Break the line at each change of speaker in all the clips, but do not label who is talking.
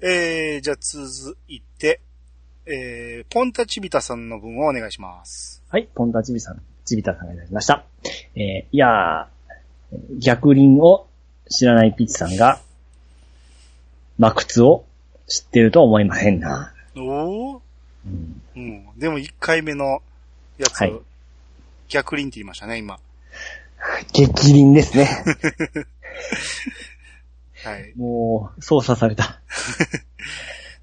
えー、じゃあ続いて、えー、ポンタチビタさんの分をお願いします。
はい、ポンダチビさん、チビタさんがいただきました。えーいやー、逆輪を知らないピッチさんが、マクツを知ってるとは思いませんな。
おー
うん、
うん。でも1回目のやつ、
はい
逆輪って言いましたね、今。
激輪ですね。
はい。
もう、操作された。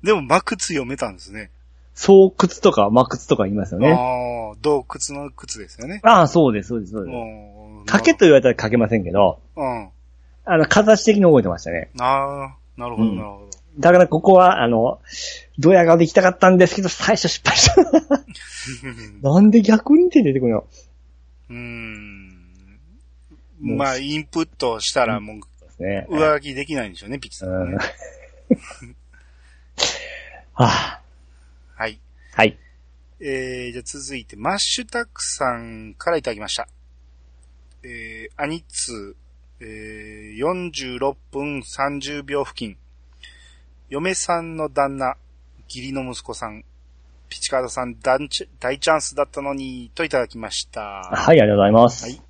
でも、マクツ読めたんですね。
巣窟とかマクツとか言いますよね。
ああ、洞窟の靴ですよね。
ああ、そうです、そうです、そうです。
もう、
かけと言われたらかけませんけど、
うん。
あの、形的に覚えてましたね。
ああ、なるほど、
うん
なるほ
だからここは、あの、ドヤ顔で行きたかったんですけど、最初失敗した。
ど。
なんで逆輪って出てくるの
うーん。
もう
まあ、インプットしたらも
ですね。
う、上書きできないんでしょうね、ピッチさんは
うん
ね。
はあ、
はい。
はい。
えー、じゃあ続いて、マッシュタクさんからいただきました。えー、アニツー、えー、46分30秒付近。嫁さんの旦那、義理の息子さん、ピチカードさん大チャ大チャンスだったのに、といただきました。
はい、ありがとうございます。
はい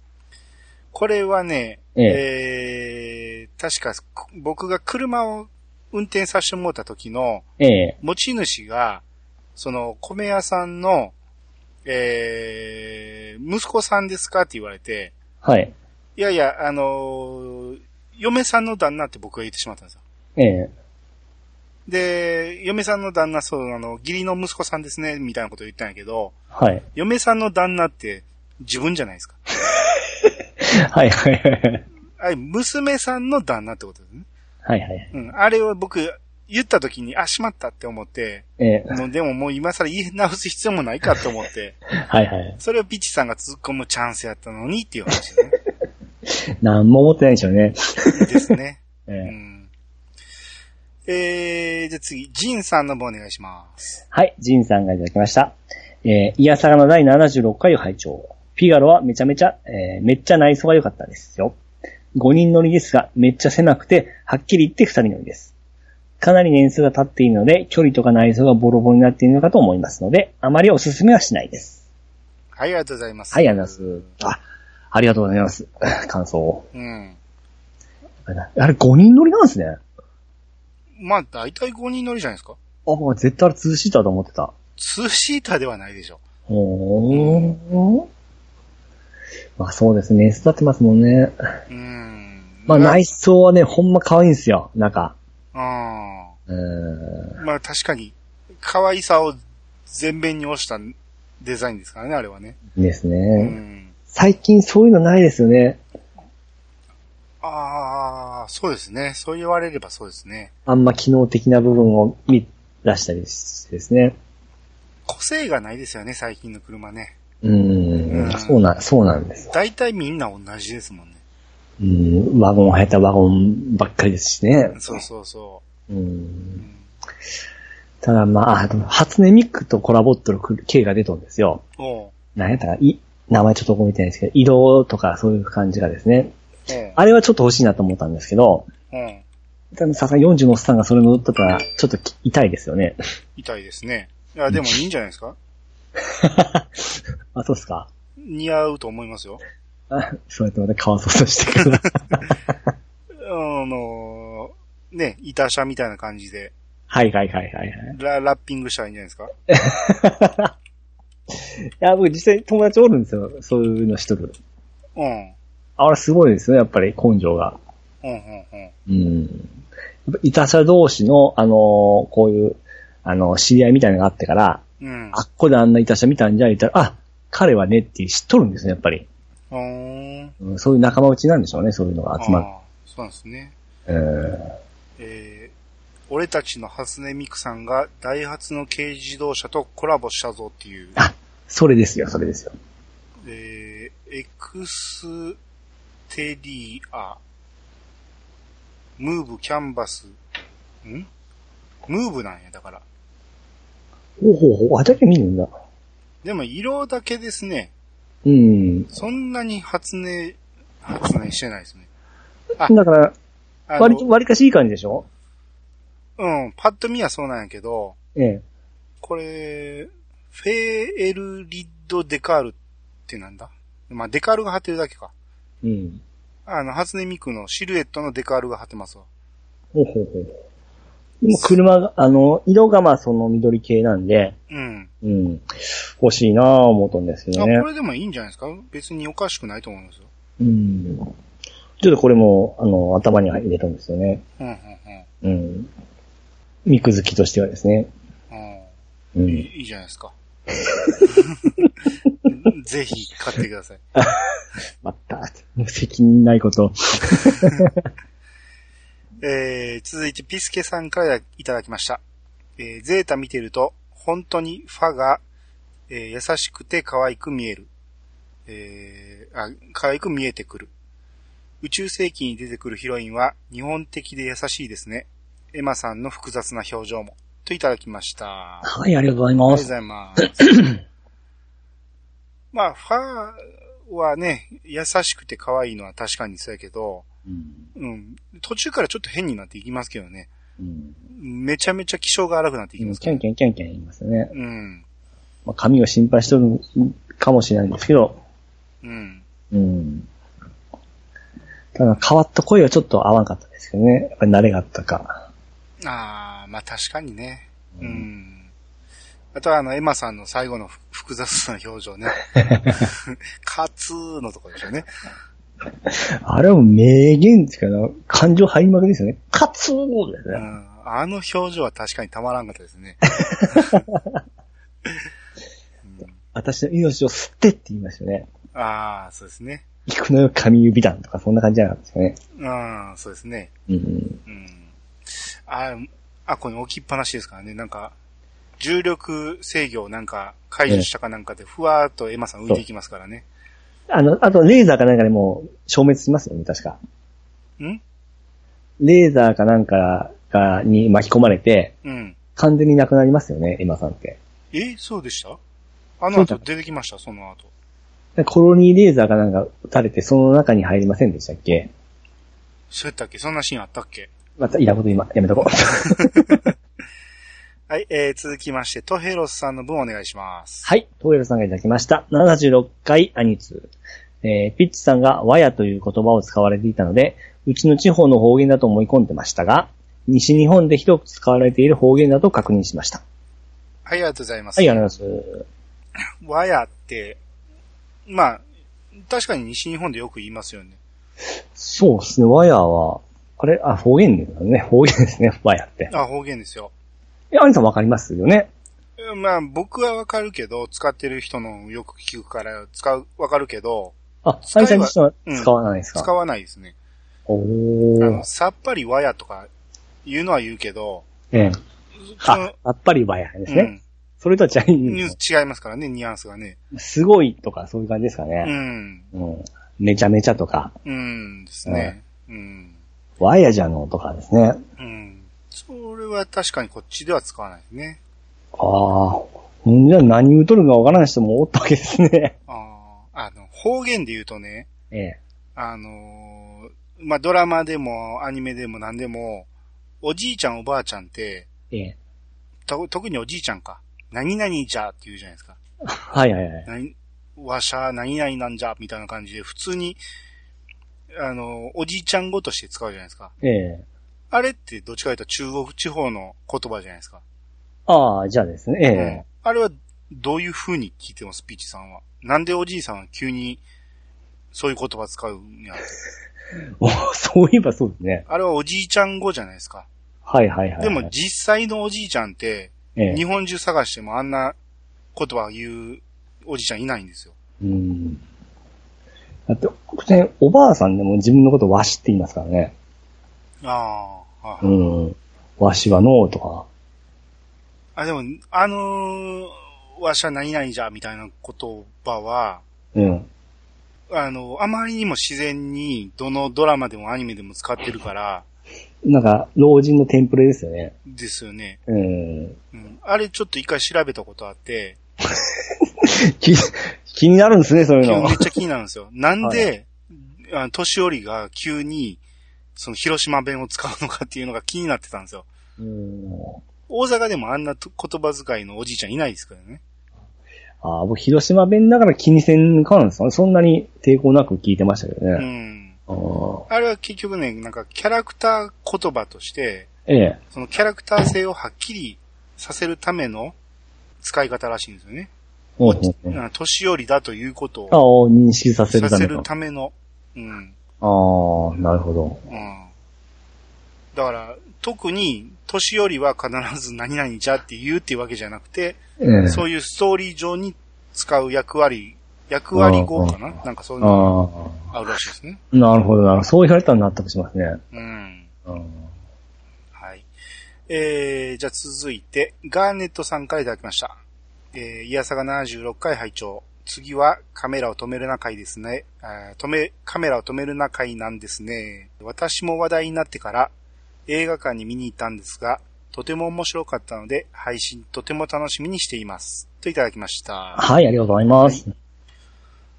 これはね、
ええ
えー、確かこ僕が車を運転させてもらった時の、
ええ
持ち主が、その、米屋さんの、えー、息子さんですかって言われて、
はい。
いやいや、あのー嫁さんの旦那って僕が言ってしまったんですよ。
ええ
で、嫁さんの旦那、そう、あの、義理の息子さんですね、みたいなことを言ったんやけど、
はい。
嫁さんの旦那って自分じゃないですか。
はい、はい、はい。
あれ、娘さんの旦那ってことですね。
はい、はい。
うん。あれを僕、言った時に、あ、しまったって思って、
ええ
もうでももう今更言い直す必要もないかと思って、
はい、はい。
それをピッチさんが突っ込むチャンスやったのにっていう話ね
なんも思ってないでしょうね。
です ね。
え
う
え
ん、えー、じゃあ次、ジンさんの方お願いします。
はい、ジンさんがいただきました。えー、イヤサガの第76回を拝聴。フィガロはめちゃめちゃ、えーめっちゃ内装が良かったですよ。5人乗りですが、めっちゃ狭くて、はっきり言って2人乗りです。かなり年数が経っているので、距離とか内装がボロボロになっているのかと思いますので、あまりおすすめはしないです。
はい、ありがとうございます。
はい、ありがとうございます。あ、ありがとうございます。 感想を。
うん。
あれ5人乗りなんですね。あ、
まあ、大体5人乗りじゃないですか。
僕は絶対あれ2シーターと思ってた。
2シーターではないでしょ。
ほー。まあそうですね、年数経ってますもんね。
うん。
まあ
な
内装はね、ほんま可愛いんですよ、中。
あ
うーん。
ーまあ確かに、可愛さを全面に押したデザインですからね、あれはね。
ですね、
うん。
最近そういうのないですよね。
ああ、そうですね。そう言われればそうですね。
あんま機能的な部分を見出したりしてですね。
個性がないですよね、最近の車ね。
うー
うん
ん。そうなん、そうなんです。
大体みんな同じですもんね。
うん。ワゴン入ったワゴンばっかりですしね。。
そうそうそうう。うんん
ただまあ、あと初音ミックとコラボっとる系が出とるんですよ。
おう
なんやったか、い、名前ちょっと覚えてないですけど、移動とかそういう感じがですね。
おう
あれはちょっと欲しいなと思ったんですけど、
おう
多分さすがに40のおっさんがそれ乗ったら、ちょっとき痛いですよね。
痛いですね。いや、でもいいんじゃないですか
あ、そうですか。
似合うと思いますよ。
あそうやってまた乾燥させてくる。
あのーね、板車みたいな感じで、
はいはいはいはいはい。
ララッピングしたらいいんじゃないですか
いや、僕実際友達おるんですよ。そういうのしとる。
うん。
あれすごいですよ、やっぱり根性が。
うん、うん、うん。
うん。やっぱ板車同士の、あのーこういう、あのー知り合いみたいなのがあってから、
うん
あ。っこであんな板車見たんじゃ、言ったら、あ、彼はねって知っとるんですね、やっぱり。
うーん。
うんそういう仲間内なんでしょうね、そういうのが集ま
あーそうなんですね。
る。うん
えー、俺たちの初音ミクさんがダイハツの軽自動車とコラボしたぞっていう、
あ、それですよ、それですよ。
えー、エクステリア、ムーブキャンバス、んムーブなんや、だから。
ほうほうほう、あ、だけ見るんだ。
でも色だけですね。
うん。
そんなに発音、発音してないですね。あ
だから、
あ
割り、
の、
割りかしいい感じでしょ
うん、パッと見はそうなんやけど、
ええ。
これ、フェーエルリッド・デカールってなんだまあ、デカールが貼ってるだけか。
うん。
あの、初音ミクのシルエットのデカールが貼ってますわ。
ほうほうほう。でも車が、あの、色がまあその緑系なんで、
うん。
うん。欲しいなぁ思ったんですけ
あ、
ど
こ
ね。
れでもいいんじゃないですか別におかしくないと思いますよ。
うん。ちょっとこれも、あの、頭に入れたんですよね。
うん、う
うん。ミク好きとしてはですね。
ん、うん。うん
う
い
ん。
いいいじゃないですか。 ぜひ買ってください。
まった無責任ないこと。
えー、続いてピスケさんからいただきました。えー、ゼータ見てると、本当にファが、えー優しくて可愛く見える。えー、あ、可愛く見えてくる。宇宙世紀に出てくるヒロインは日本的で優しいですね。エマさんの複雑な表情も。といただきました。
はい、ありがとうござい
ありが
ま
とうご
す。
ざいます。まあ、ファはね、優しくて可愛いのは確かにそうやけど、
うん。
うん、途中からちょっと変になっていきますけどね。
うん。
めちゃめちゃ気性が荒くなっていき
キャ
ま
ン
すけど、
キャンキャンキャン言いますね。
うん、
まあ、髪を心配しとるかもしれないんですけど、
うん。
うん。ただ、変わった声はちょっと合わなかったですけどね。やっぱり慣れがあったか。
ああ、まあ確かにね。う
うん
ん。あとはあの、エマさんの最後のふ複雑な表 情ね。カツーのところでしょうね。
あれはもう名言ですから、感情入りまくりですよね。カツーです
う
ね。
ん。あの表情は確かにたまらんかったですね。
私の命を吸ってって言いましたよね。
ああ、そうですね。
行くのよ、神指弾とか、そんな感じじゃなかったですよね。
うん、そうですね。
うん。
うん。ああ、これ置きっぱなしですからね。なんか、重力制御をなんか解除したかなんかで、ふわーっとエマさん浮いていきますからね。
あの、あと、レーザーかなんかでもう消滅しますよね、確か。
ん
レーザーかなんかが、に巻き込まれて、
うん。
完全になくなりますよね、エマさんって。
えそうでしたあの後
そう
出てきました、その後。
コロニーレーザーかなんか撃たれて、その中に入りませんでしたっけ
そうやったっけそんなシーンあったっけ
また、いらんこと今、やめとこう。
はい、えー、続きまして、トヘロスさんの分お願いします。
はい、トーエルさんがいただきました。76回アニツー。えー、ピッチさんが和やという言葉を使われていたので、うちの地方の方言だと思い込んでましたが、西日本で広く使われている方言だと確認しました。
はい、ありがとうございます。
はい、ありがとうございます。
和やって、まあ、確かに西日本でよく言いますよね。
そうですね、和やは、あれ、あ、方言ですね。方言ですね、和やって。
あ、方言ですよ。
え、アニさんわかりますよね
えまあ、僕はわかるけど、使ってる人のよく聞くから、使う、わかるけど、
あ、
使
ア
え
ニ
ば
さん自身は使わないですか、
使わないですね。
お
あ
ー
の、。さっぱり和やとか言うのは言うけど、
ええ。
そ
あ
の、
やっぱり和やですね。
うん
それとはジャニ
ニュ
ーズ
ー違いますからね、ニュアンスがね。
のすごいとかそういう感じですか
う
ね。
ん。
うん。めちゃめちゃとか、
うんですね。うん。
和やじゃのとかですね。
うん。それは確かにこっちでは使わないですね。
ああ。ほんじゃ何言うとるかわからない人もおったわけですね。
あーあの、方言で言うとね、
ええ。
あのーまあ、ドラマでもアニメでも何でも、おじいちゃんおばあちゃんって、
ええ。
と特におじいちゃんか、何々じゃって言うじゃないですか。
はいはいはい。
何、わしゃ、何々なんじゃ、みたいな感じで、普通に、あの、おじいちゃん語として使うじゃないですか。
ええ。
あれってどっちかというと中国地方の言葉じゃないですか。
ああ、じゃあですね。ええ。
あれはどういう風に聞いてます、ピーチさんは。なんでおじいさんは急にそういう言葉使うんやって。
お そういえばそうですね。
あれはおじいちゃん語じゃないですか。
はいはいはい。
でも、実際のおじいちゃんって、
ええ
日。本中探してもあんな言葉言うおじいちゃんいないんですよ。
うん。だって、普通におばあさんでも自分のことわしって言いますからね。
ああ、はい。
うん。わしはのうとか。
あ、でも、あのー、わしゃ何々じゃ、みたいな言葉は、
うん。
あの、あまりにも自然に、どのドラマでもアニメでも使ってるから、
なんか、老人のテンプレですよね。
ですよね。
うん。
うん。あれちょっと一回調べたことあって、
気、 気になるんですね、そういうの
めっ。ちゃ気になるん ですよ。なんで、あの年寄りが急に、その広島弁を使うのかっていうのが気になってたんですよ。
うん
大阪でもあんなと言葉遣いのおじいちゃんいないですからね。
ああ、僕、広島弁だから気にせんかんですかね。そんなに抵抗なく聞いてましたけど
う
ね。
ん。
ああ
あれは結局ね、なんかキャラクター言葉として、
ええ。
そのキャラクター性をはっきりさせるための使い方らしいんですよね。
うんうんうんあ
うん年寄りだということ
あ、
を
認識させる
さ
た
せ
め
る
の。
ための。うん。
ああ、なるほど。
うん。だから、特に年寄りは必ず何々じゃって言うっていうわけじゃなくて、
ええ。
そういうストーリー上に使う役割、役割語かな
ああ
なんかそういうの
あ
があるらしいですね。
あ、なるほどな。そう言われたら納得しますね。
うん。
うん
はい。えー、じゃあ続いて、ガーネットさんからいただきました。えー、イヤサガ76回拝聴次はカメラを止めるな会ですね。あー止め、カメラを止めるな会なんですね。私も話題になってから映画館に見に行ったんですが、とても面白かったので、配信とても楽しみにしています。といただきました。
はい、ありがとうございます。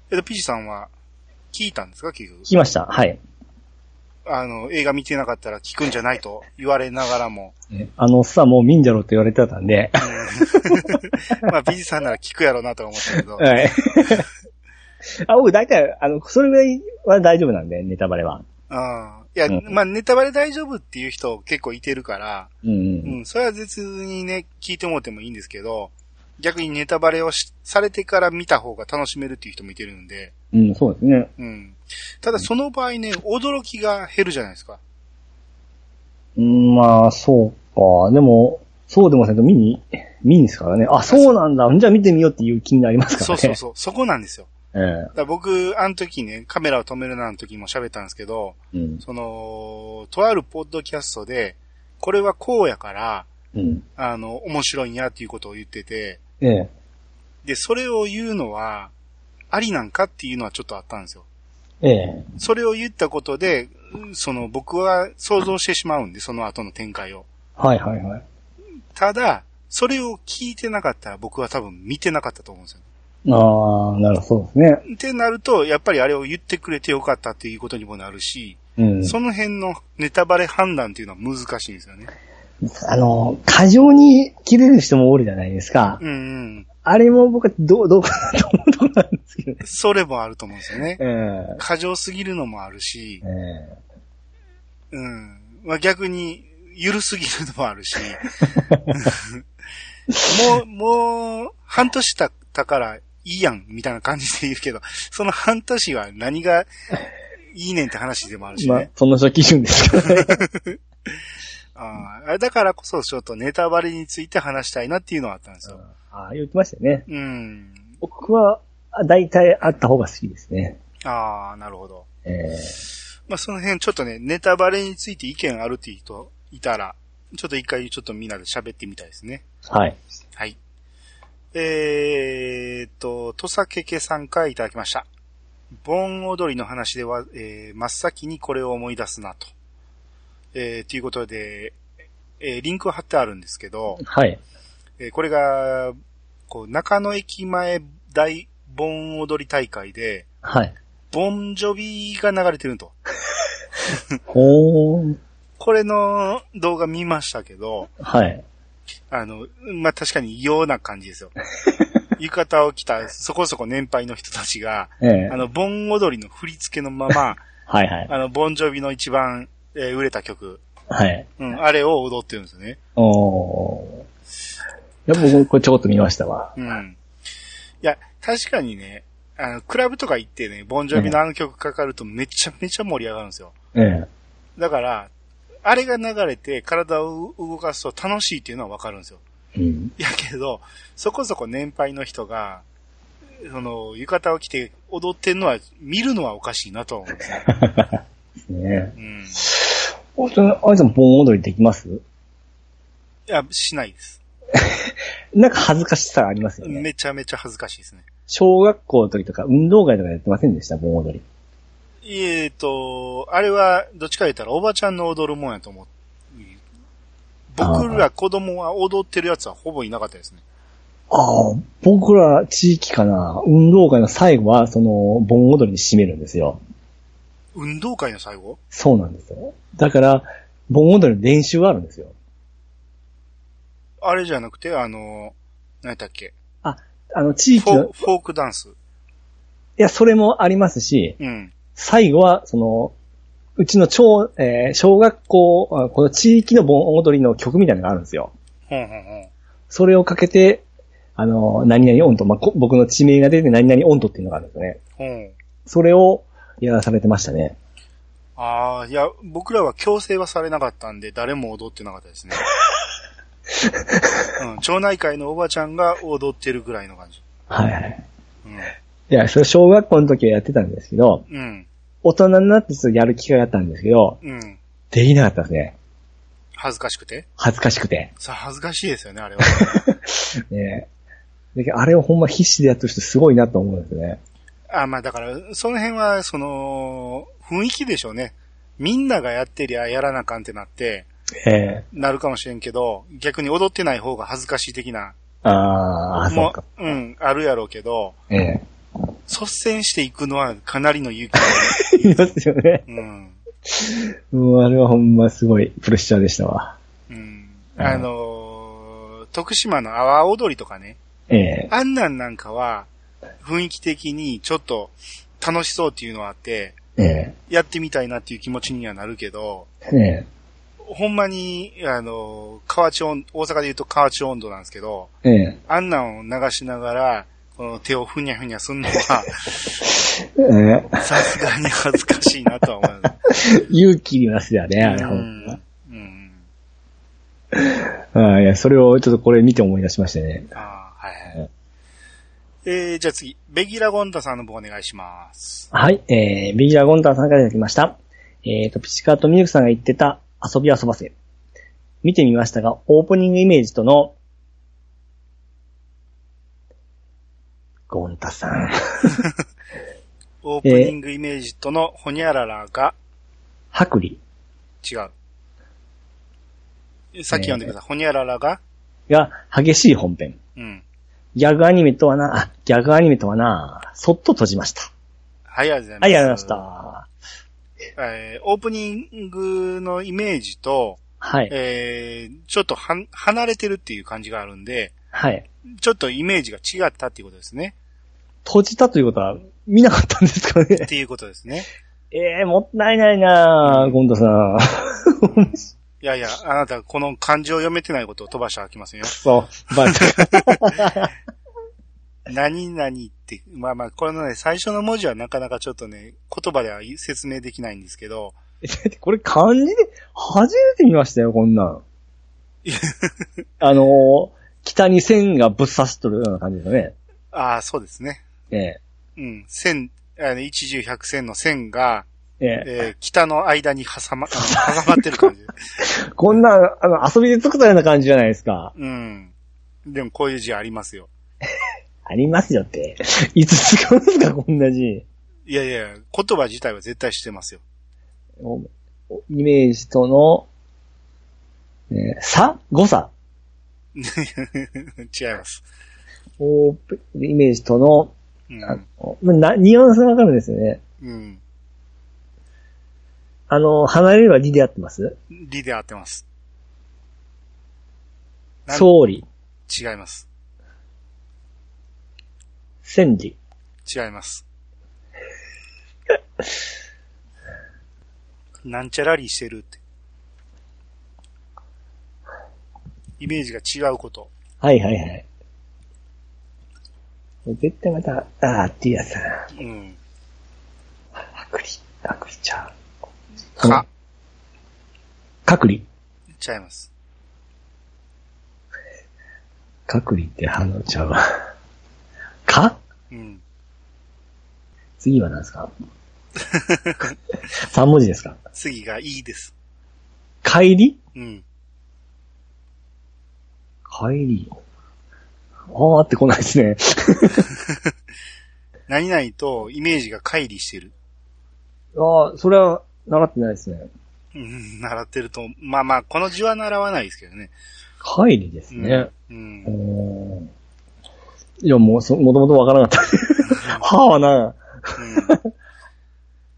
えっと、ピジさんは聞いたんですか結局
聞。きました。はい。
あの、映画見てなかったら聞くんじゃないと言われながらも。
あの、さ、もう見んじゃろって言われてたんで。
まあ、ビジさんなら聞くやろうなとは思ったけ ど。
はい。あ、僕大体、あの、それぐらいは大丈夫なんで、ネタバレは。
うん。いや、
うん
まあ、ネタバレ大丈夫っていう人結構いてるから、
うんう。
うんん、それは別にね、聞いてもらってもいいんですけど、逆にネタバレをしされてから見た方が楽しめるっていう人もいてるんで、
うん、そうですね。
うん。ただその場合ね、驚きが減るじゃないですか。
うん、まあ、そうか。でも、そうでもせんと見に、見にですからね。あ、そうなんだ。じゃあ見てみようっていう気になりますか
そう
らね。
そうそう。そこなんですよ。
う。え
だから僕、あの時ね、カメラを止めるなの時も喋ったんですけど、
えうん。
その、とあるポッドキャストで、これはこうやから、
うん。
あの、面白いんやっていうことを言ってて、
ええ。
で、それを言うのは、ありなんかっていうのはちょっとあったんですよ。
ええ。
それを言ったことで、うんその僕は想像してしまうんで、その後の展開を。
はいはいはい。
ただ、それを聞いてなかったら僕は多分見てなかったと思うんですよ。
ああ、なるほど、そうですね。
ってなると、やっぱりあれを言ってくれてよかったっていうことにもなるし、
うん。
その辺のネタバレ判断っていうのは難しいんですよね。
あの、過剰に切れる人もおるじゃないですか。
うんうん。
あれも僕はどう、どうかなと思うとこなんですけどね。
それもあると思うんですよね
え。え
過剰すぎるのもあるし、
ええ
うん。まあ、逆に、ゆるすぎるのもあるし。もう、もう、半年経ったからいいやん、みたいな感じで言うけど、その半年は何がいいねんって話でもあるし
まあ
ね。、
その人基準ですけどね。
あー、あだからこそちょっとネタバレについて話したいなっていうのはあったんですよ。
ああ、言ってましたよね。
うん。
僕は、あ大体あった方が好きですね。
ああ、なるほど。
ええ
まあ、その辺ちょっとね、ネタバレについて意見あるっていう人いたら、ちょっと一回ちょっとみんなで喋ってみたいですね。
はい。
はい。えーっと、とさけけさんからいただきました。盆踊りの話では、えー真っ先にこれを思い出すなと。えーということで、えーリンクを貼ってあるんですけど、
はい。
えーこれが、こう、中野駅前大盆踊り大会で、
はい。
ボンジョビが流れてると。
ほー。
これの動画見ましたけど、
はい。
あの、まあ、確かに異様な感じですよ。浴衣を着たそこそこ年配の人たちが、
ええ
あの、盆踊りの振り付けのまま、
はいはい。
あの、ボンジョビの一番、えー売れた曲、
はい。
うん、あれを踊ってるんですよね。
おー。いや、僕、これちょこっと見ましたわ。
うん。いや、確かにね、あの、クラブとか行ってね、ボンジョビのあの曲かかるとめちゃめちゃ盛り上がるんですよ。
ええ
だから、あれが流れて体を動かすと楽しいっていうのはわかるんですよ。
うん。
いやけど、そこそこ年配の人が、その、浴衣を着て踊ってるのは、見るのはおかしいなとは思うんですよ。
ね
うん。い
本当に、あいさん盆踊りできます
や、しないです。
なんか恥ずかしさありますよね。
めちゃめちゃ恥ずかしいですね。
小学校の時とか、運動会とかやってませんでした、盆踊り。
えっ、と、あれは、どっちか言ったらおばちゃんの踊るもんやと思う。僕ら子供は踊ってるやつはほぼいなかったですね。
ああ、僕ら地域かな、運動会の最後は、その、盆踊りに締めるんですよ。
運動会の最後
そうなんですよ。だから、盆踊りの練習があるんですよ。
あれじゃなくて、あの、何やったっけ
あの、地
フ
域の、
ォ
い
ーフォークダンス。
や、それもありますし、
うん。
最後は、その、うちの小、えー小学校、あこの地域の盆踊りの曲みたいなのがあるんですよ。
ほんほんほん。
それをかけて、あの、何々音頭、まあこ僕の地名が出て何々音頭っていうのがあるんですよね。
ほん。
それをやらされてましたね。
ああ、いや、僕らは強制はされなかったんで、誰も踊ってなかったです ね。うん、町内会のおばちゃんが踊ってるぐらいの感じ。
はいはい。
うん。
いや、それ小学校の時はやってたんですけど、
うん。
大人になってちょっとやる機会があったんですけど、
うん。
できなかったですね。
恥ずかしくて
恥ずかしくて。
さあ、恥ずかしいですよね、あれ は。
ねであれをほんま必死でやってる人すごいなと思うんですね。
あまあだから、その辺は、その、雰囲気でしょうね。みんながやってりゃやらなあかんってなって、
ええ
なるかもしれんけど、逆に踊ってない方が恥ずかしい的な、
ああ、そう
も
か。
う、うん、あるやろうけど、
ええ
率先していくのはかなりの勇気。
いますよね。
うん。
もうあれはほんますごいプレッシャーでしたわ。
うん。あのー徳島の阿波踊りとかね、
ええ
あんなんなんかは、雰囲気的にちょっと楽しそうっていうのはあって、
ええ
やってみたいなっていう気持ちにはなるけど、
ええ
ほんまに、あの、河内温、大阪で言うと河内温度なんですけど、
ええ
あんなんを流しながら、この手をふにゃふにゃすん のは、
ええ
さすがに恥ずかしいなとは 思う。
勇気いりますよね、あれ
う
ほんま
ん。うん。
あいや、それをちょっとこれ見て思い出しましたね。
あーはいは
う
い
ん。
えー、じゃあ次、ベギラゴンダさんの方お願いします。
はい、えー、ビギラーゴンターさんからいただきました。えーと、ピチカートミルクさんが言ってた遊び遊ばせ。見てみましたが、オープニングイメージとの、ゴンタさん。
オープニングイメージとのホニャララが
白利
違う。さっき読んでください。ホニャララが、
が激しい本編。
うん。
ギャグアニメとはな、あ、ギャグアニメとはな、そっと閉じました。
はい、ありがとうございます。
はい、やりまし。た。
えーオープニングのイメージと、
はい、
えーちょっとはん、離れてるっていう感じがあるんで、
はい。
ちょっとイメージが違ったっていうことですね。
閉じたということは見なかったんですかね
っ。ていうことですね。
ええもったいないな
う
ぁ、
ん
ゴンタさん。
うんいやいや、あなた、この漢字を読めてないことを飛ばしてあきませんよ。
そう、バカ。
何々って、まあまあ、これのね、最初の文字はなかなかちょっとね、言葉では説明できないんですけど、
これ漢字で、初めて見ましたよ、こん なん。あのー、北に線がぶっ刺しとるような感じですよね。
ああ、そうですね。
え
う
え
ん、線、あの、一十百線の線が、
ええ
えー北の間に挟ま、 あの挟まってる感じ。
こんなん、あの、遊びで作ったような感じじゃないですか。
うん。でもこういう字ありますよ。
ありますよって。 いつ使うんですか、こんな字。
いやいや、言葉自体は絶対してますよ。
おおイメージとの、えー、差誤差
違います。
オープイメージとの、
うん。
あのなニュアンスがわかるんですよね。
うん。
あの、離れれば理で合ってます
理で合ってます。なん
総理、
違います。
戦理、
違います。なんちゃらりしてるって。イメージが違うこと。
はいはいはい。絶対また、あーっていうやつだな。
うん。
隔離、隔離ちゃう。
か、
隔離。
違います。
隔離って反応ちゃうわ。か
うん。
次は何です か三文字ですか
次がいいです。
帰り
うん。
帰り。あーってこないですね。
何々とイメージが乖離してる。
ああ、それは習ってないですね。
うん、習ってると、まあまあ、この字は習わないですけどね。
帰りです
うん
ね。
うん。
おーいや、もうそ、もともとわからなかった。はあ
う
な。
ん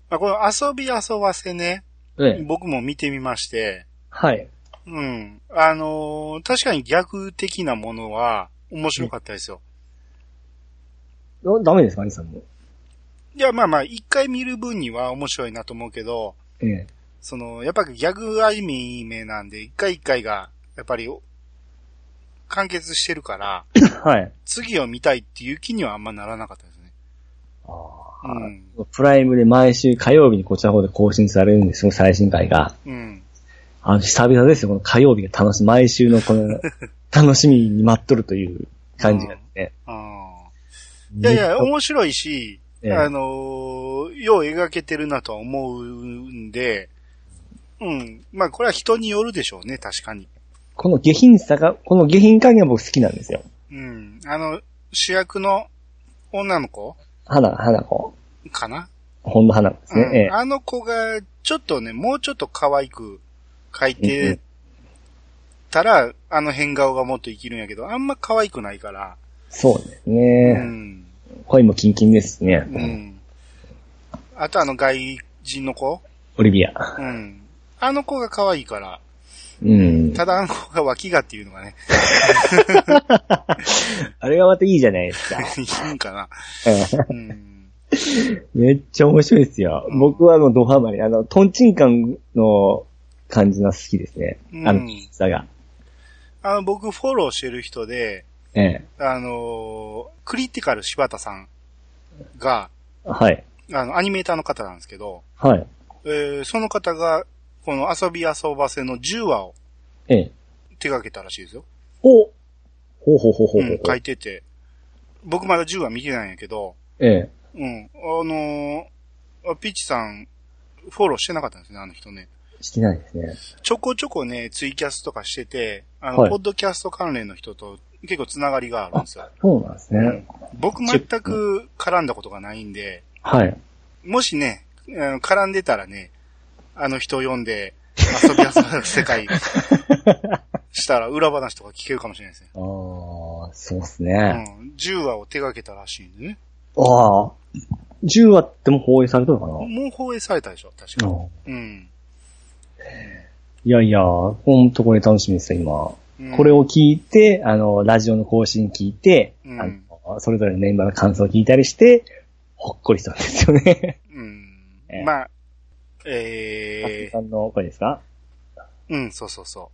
まあ、この遊び遊ばせね、
ええ。
僕も見てみまして、
はい。
うん。あのー確かに逆的なものは面白かったですよ。
あダメですか、兄さんも。
いや、まあまあ、一回見る分には面白いなと思うけど、
ええ。
その、やっぱりギャグアニメなんで、一回一回が、やっぱり、お完結してるから、
はい。
次を見たいっていう気にはあんまならなかったですね。
あ
う
ー
ん。
プライムで毎週火曜日にこちらの方で更新されるんですよ、最新回が。
うん。
あの、久々ですよ、この火曜日が楽しみ、毎週の この、楽しみに待っとるという感じがね。
あーいやいや、面白いし、
ええ
あのーよう描けてるなとは思うんで、うん。まあ、これは人によるでしょうね、確かに。
この下品さが、この下品加減が僕好きなんですよ。
うん。あの、主役の女の子
花、花子。
かな、
ほんの花子ですね。
うん
ええ
あの子が、ちょっとね、もうちょっと可愛く描いてたら、あの変顔がもっと生きるんやけど、あんま可愛くないから。
そうです
う
ね。
ん。
恋もキンキンですね。
うん。あとあの外人の子
オリビア。
うん。あの子が可愛いから、
うん。
ただあの子が脇がっていうのがね、
あれがまたいいじゃないで すか。
いいんかな。うん。
めっちゃ面白いですよ。僕はもうドハマり。あの、トンチンカンの感じが好きですね。あ
う
の
ん、
さが。
あの、僕フォローしてる人で、
ええ。
あのークリティカル柴田さんが、
はい。
あの、アニメーターの方なんですけど、
はい。
えーその方が、この遊び遊ばせの10話を
ええ。
手掛けたらしいですよ。
おほうほうほうほう
う、。
ほうん
書いてて。僕まだ10話見てないんやけど、
ええ。
うん、あのーあピッチさん、フォローしてなかったんですね、あの人ね。
してないですね。
ちょこちょこね、ツイキャスとかしてて、あの、
はい
ポッドキャスト関連の人と結構つながりがあるんですよ。
そうなんですね。
うん僕全く絡んだことがないんで、
はい。
もしね、あの絡んでたらね、あの人を読んで、遊び遊ぶ世界、 したら裏話とか聞けるかもしれないですね。
ああ、そうです
う
ね。
ん。10話を手掛けたらしいんでね。
ああ。10話ってもう放映されたのかな、
もう放映されたでしょ、確か。
ああ
うん。
いやいや、ほんとこれ楽しみですよ、今。
うん
これ。を聞いて、あの、ラジオの更新聞いて、
うん
あの、それぞれのメンバーの感想を聞いたりして、ほっこりしたんですよね。
うん
ええ。
まあ、
あすみ
え
さんの声ですか
ー、うん、そうそうそ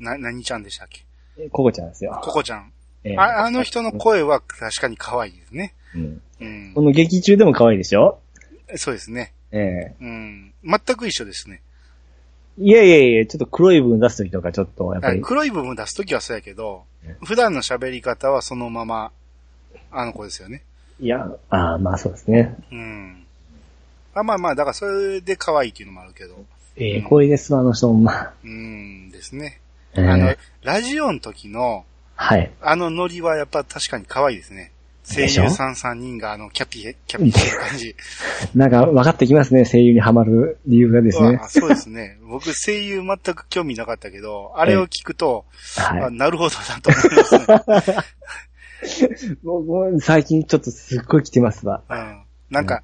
う。な、何ちゃんでしたっけ
えココちゃんですよ。
ココちゃん。
ええ
あ、あの人の声は確かに可愛いですね。
うん
うん
こ。の劇中でも可愛いでしょ
そうですね。
ええ
うん。全く一緒ですね。
いやいやいや、ちょっと黒い部分出すときとかちょっと、やっぱり、
黒い部分出すときはそうやけど
ね、
普段の喋り方はそのまま、あの子ですよね。
いや、ああ、まあそうですね。
うん。あまあまあ、だからそれで可愛いっていうのもあるけど、
ええ光栄ですわ、あの人も、まあ。
うんですね。
ええ
あの、ラジオの時の、
はい。
あのノリはやっぱ確かに可愛いですね。声
でしょ
優さん3人があの、キャピ、キャピしてる感 じ。
なんか分かってきますね、声優にハマる理由がですね
うわ。そうですね。僕声優全く興味なかったけど、あれを聞くと、
はい
あ。なるほどなと思いますね。
僕も最近ちょっとすっごい来てますわ。
うんなんか、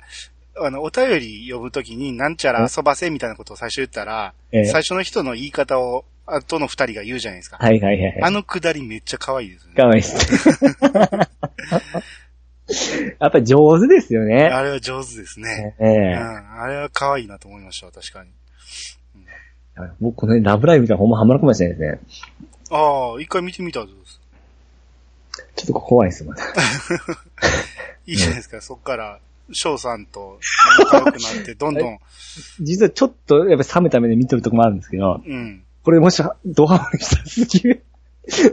あの、お便り呼ぶときに、なんちゃら遊ばせみたいなことを最初言ったら、
ええ
最初の人の言い方を、あとの二人が言うじゃないですか。
はいはいはいは
あ
い。
のくだりめっちゃ可愛いですね。
かわいいっす。 やっぱり上手ですよね。
あれは上手ですね。
え
うん、
え
あれは可愛いなと思いました、確かに。
僕この辺ラブライブみたいなほんまハマるかもしれないですね。
ああ、一回見てみたらどうです
ちょっと怖いですもんね。
いいじゃないですか、そっから、翔さんと仲良くな って、どんどん、
実はちょっとやっぱ冷めた目で見てるとこもあるんですけど、
うん。
これもしドハマりしたらすげえ、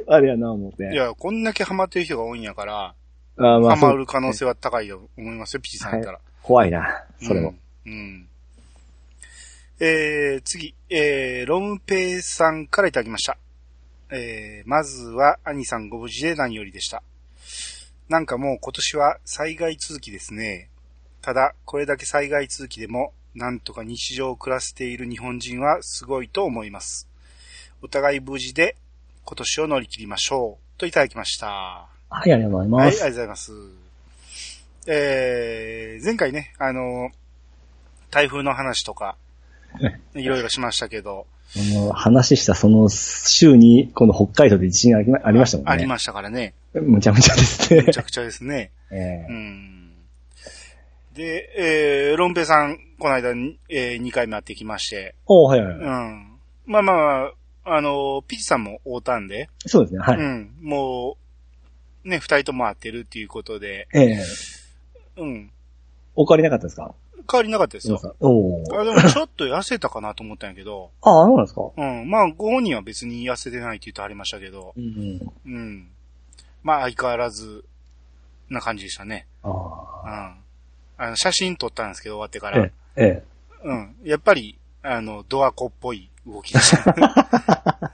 あれやな思って。
いや、こんだけハマってる人が多いんやから、
あーま
ハ
あそ
マ
う
る可能性は高いと思いますよ、ピチさんやったら。
怖いな、それも。
うん。うんえー、次、えー、ロムペイさんからいただきました。えー、まずは、兄さんご無事で何よりでした。なんかもう今年は災害続きですね。ただ、これだけ災害続きでも、なんとか日常を暮らしている日本人はすごいと思います。お互い無事で今年を乗り切りましょう。といただきました。
はい、ありがとうござい
はい、あ
ま
りがと
す。
うございます。えー、前回 ね、あの、台風の話とか、いろいろしましたけど、
もう話したその週に、この北海道で地震がありまありましたもんね。
ありましたからね。
むちゃむちゃですね
め。ちゃくちゃですね。
え
う
え
ん。で、えー、ロンペイさん、この間、えー、2回目会ってきまして、
おはいはいうはい。
ん。まあまあ、あの、ピチさんも会うたんで、
そうですね、は
う
い。
ん。もう、ね、二人とも会ってるっていうことで、
ええ
うん。
お変わりなかったですか
変わりなかったですよ。
おお。
あでもちょっと痩せたかなと思ったんやけど、
ああ、そうなんですか
うん。まあ、ご本人は別に痩せてないって言ってありましたけど、
うん。
うん。まあ、相変わらず、な感じでしたね。
あ
う
あ。
ん。あの、写真撮ったんですけど、終わってか
え
ら
え。ええ。
うん。やっぱり、あの、ドアコっぽい動きでした。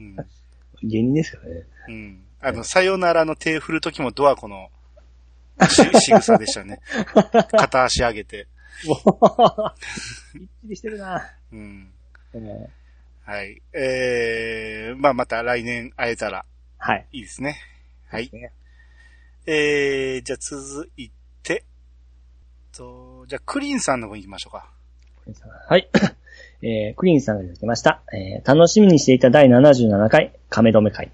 うん。
芸人ですからね。
うん。あの、さよならの手振るときもドアコのし 仕草でしたね。片足上げて。
びっちりしてるな。
うん。
ええ
はい。えー、まあ、また来年会えたら
はい。
いいですね。はい。
ね
えー、じゃあ続いて、と、じゃあクリーンさんの方行きましょうか。
はい。 えー、クリーンさんがいただきました。えー、楽しみにしていた第77回、亀止め会。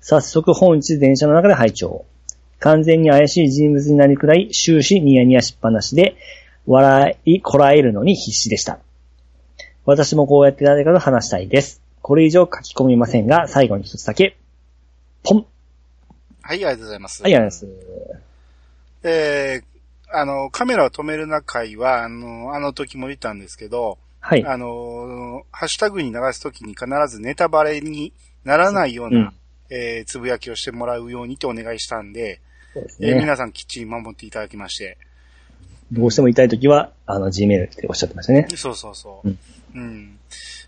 早速本日電車の中で拝聴。完全に怪しい人物になりくらい終始ニヤニヤしっぱなしで、笑いこらえるのに必死でした。私もこうやって誰かと話したいです。これ以上書き込みませんが、最後に一つだけ。ポンは
はい、あ
い、
りがとうございます。
ありがとうございます。
えー、あの、カメラを止めるな会は、あの、あの時も言ったんですけど、
はい。
あの、ハッシュタグに流す時に必ずネタバレにならないような、
うん
えーつぶやきをしてもらうようにとお願いしたんで、
そうです
えー
ね。
皆さんきっちり守っていただきまして、
どうしても痛いときは、あの、Gmail っておっしゃってましたね。
そうそうそう。う
うんん。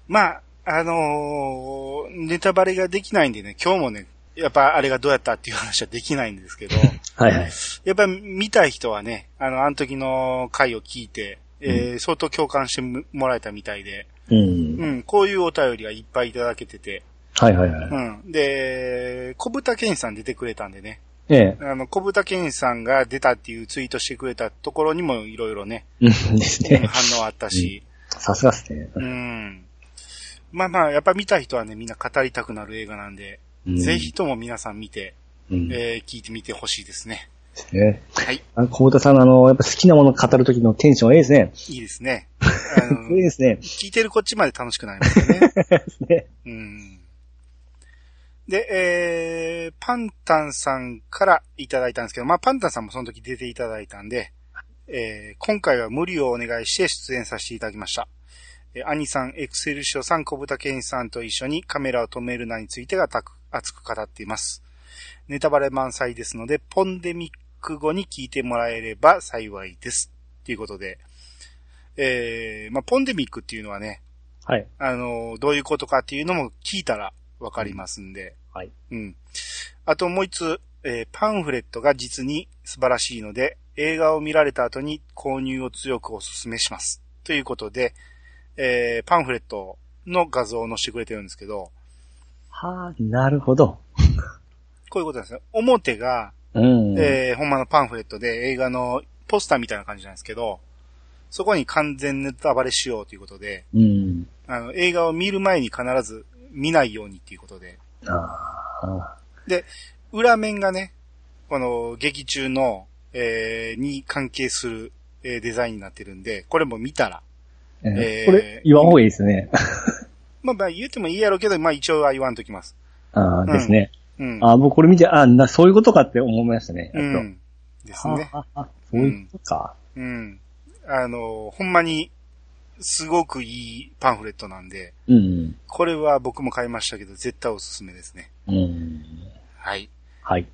まあ、あのーネタバレができないんでね、今日もね、やっぱあれがどうやったっていう話はできないんですけど、
はいはい。
やっぱ見たい人はね、あの、あの時の回を聞いて、えー相当共感してもらえたみたいで、
うん。
うん、こういうお便りがいっぱいいただけてて、
はいはいはい。
うん。で、小豚健さん出てくれたんでね、
ええ。
あの、小豚健さんが出たっていうツイートしてくれたところにもいろいろね、
うん です
うん
ね。
反応あったし、
さすがっすね。
うん。まあまあ、やっぱ見た人はね、みんな語りたくなる映画なんで、
うん
ぜひ。とも皆さん見て、
うん。
え
で
ー、聞いてみてほしいですね。
すね。
はい。
あ、小田さんのあの、やっぱ好きなものを語る時のテンションいいですね。
いいです ね。あの
いいですね。
聞いてるこっちまで楽しくなりますよね。
ですね。
うん。で、えー、パンタンさんからいただいたんですけど、まあパンタンさんもその時出ていただいたんで、えー、今回は無理をお願いして出演させていただきました。えー、兄さん、エクセルショさん、小豚健さんと一緒にカメラを止めるなについてがたく熱く語っています。ネタバレ満載ですので、ポンデミック後に聞いてもらえれば幸いです。ということで、えー、まあポンデミックっていうのはね、
はい。
あの、どういうことかっていうのも聞いたらわかりますんで。
はい。
うん。あともう一つ、えーパンフレットが実に素晴らしいので、映画を見られた後に購入を強くお勧めします。ということで、えーパンフレットの画像を載せてくれてるんですけど、
はあ、なるほど。
こういうことなんですね。表が、
うん。
えーほんまのパンフレットで映画のポスターみたいな感じなんですけど、そこに完全ネタバレしようということで、
うん。
あの、映画を見る前に必ず見ないようにっていうことで、
ああ。
裏面がね、この劇中の、えーに関係する、えーデザインになってるんで、これも見たら。
え
えー
えこれ、言わん方がいいですね。
まあまあ言ってもいいやろうけど、まあ一応は言わんときます。
ああ、ですね。
うん。
ああ、僕これ見て、ああ、な、そういうことかって思いましたね。
う
やっと
ん。ですね。
ああ、あそういうことか。
うん。あの、ほんまに、すごくいいパンフレットなんで、
うん。
これは僕も買いましたけど、絶対おすすめですね。
うん。
はい。
はい。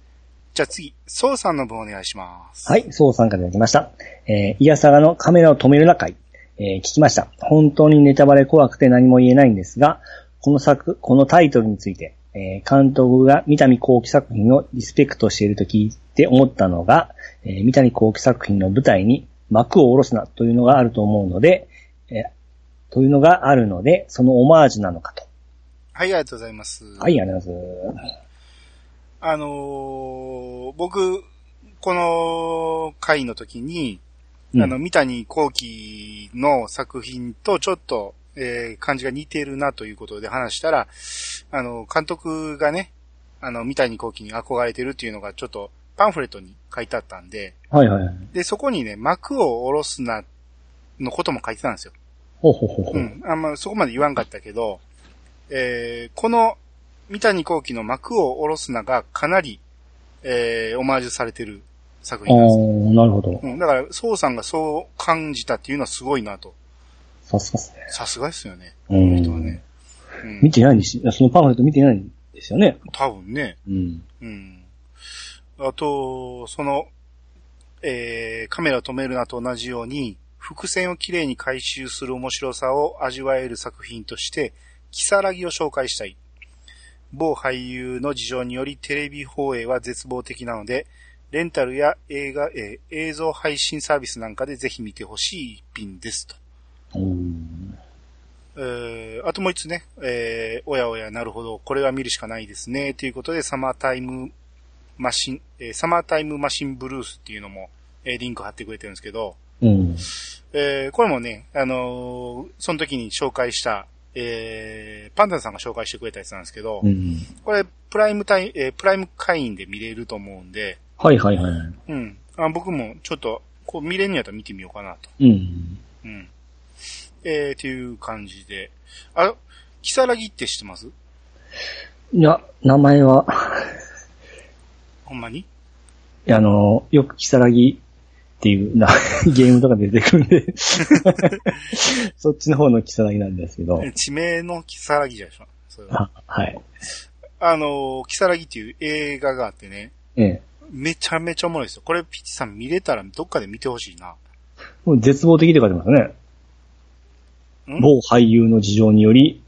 じゃあ次、ソウさんの分お願いします。
はい、そう参加いただきました。えー、イヤサガのカメラを止めるな会、えー聞きました。本当にネタバレ怖くて何も言えないんですが、この作、このタイトルについて、えー監督が三谷幸喜作品をリスペクトしていると聞いて思ったのが、えー三谷幸喜作品の舞台に幕を下ろすなというのがあると思うので、えーというのがあるので、そのオマージュなのかと。
はい、ありがとうございます。
はい、ありがとうございます。
あのー僕、この回の時に、
うん
あの、三谷幸喜の作品とちょっとえー感じが似てるなということで話したら、あの、監督がね、あの、三谷幸喜に憧れてるっていうのがちょっとパンフレットに書いてあったんで、
はいはいはい。
で、そこにね、幕を下ろすな、のことも書いてたんですよ。
ほうほうほうほう。
うん。あんまそこまで言わんかったけど、えーこの三谷幸喜の幕を下ろすながかなり、えーオマージュされてる作品なんですよ。
ああ、なるほど。
うん、だから、宋さんがそう感じたっていうのはすごいなと。
さすがっすね。
さすがですよね。
う
この人は
ん
ね。。うん
見、てないにし、そのパンフレット見てないんですよね。
多分ね。
うん。
うん。あと、その、えーカメラを止めるなと同じように、伏線をきれいに回収する面白さを味わえる作品として、キサラギを紹介したい。某俳優の事情によりテレビ放映は絶望的なので、レンタルや映画、えー映像配信サービスなんかでぜひ見てほしい一品ですと。
うん。
えーあともう一つね、えーおやおや、なるほど、これは見るしかないですね、ということで、サマータイムマシン、えーサマータイムマシンブルースっていうのも、えーリンク貼ってくれてるんですけど、
うん。
えーこれもね、あのーその時に紹介した、えーパンダさんが紹介してくれたやつなんですけど、
うん。
これ、プライムタイ、えープライム会員で見れると思うんで、
はいはいは
うん、あ僕もちょっと、こう見れるんやったら見てみようかなと。
い。うん。
うん。えー、という感じで。あ、キサラギって知ってます
いや、名前は、
ほんまに
あの、よくキサラギっていうな、 ゲームとか出てくるん で、そっちの方のキサラギなんですけど、
地名のキサラギじゃないでしょそれは
あはい。
あのー、キサラギっていう映画があってね、
ええ。
めちゃめちゃおもろいですよ。これピッチさん見れたらどっかで見てほしいな。
もう絶望的って書いてますね。
ん
某俳優の事情により、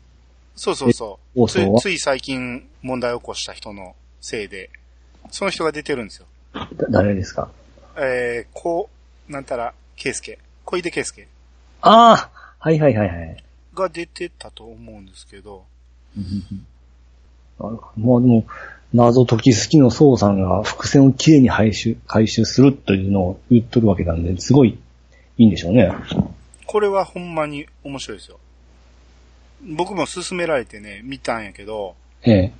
そうそうそ
え放
う。つ
送
い
は
つい最近問題を起こした人のせいで、その人が出てるんですよ。
だ誰ですか
えー、こう、なんたら、ケイスケ。小出ケイスケ
ああはいはいはいはい。
が出てたと思うんですけど、
なるほどまあでも、謎解き好きの宋さんが伏線をきれいに回収、回収するというのを言っとるわけなんで、すごいいいんでしょうね。
これはほんまに面白いですよ。僕も勧められてね、見たんやけど、
ええ。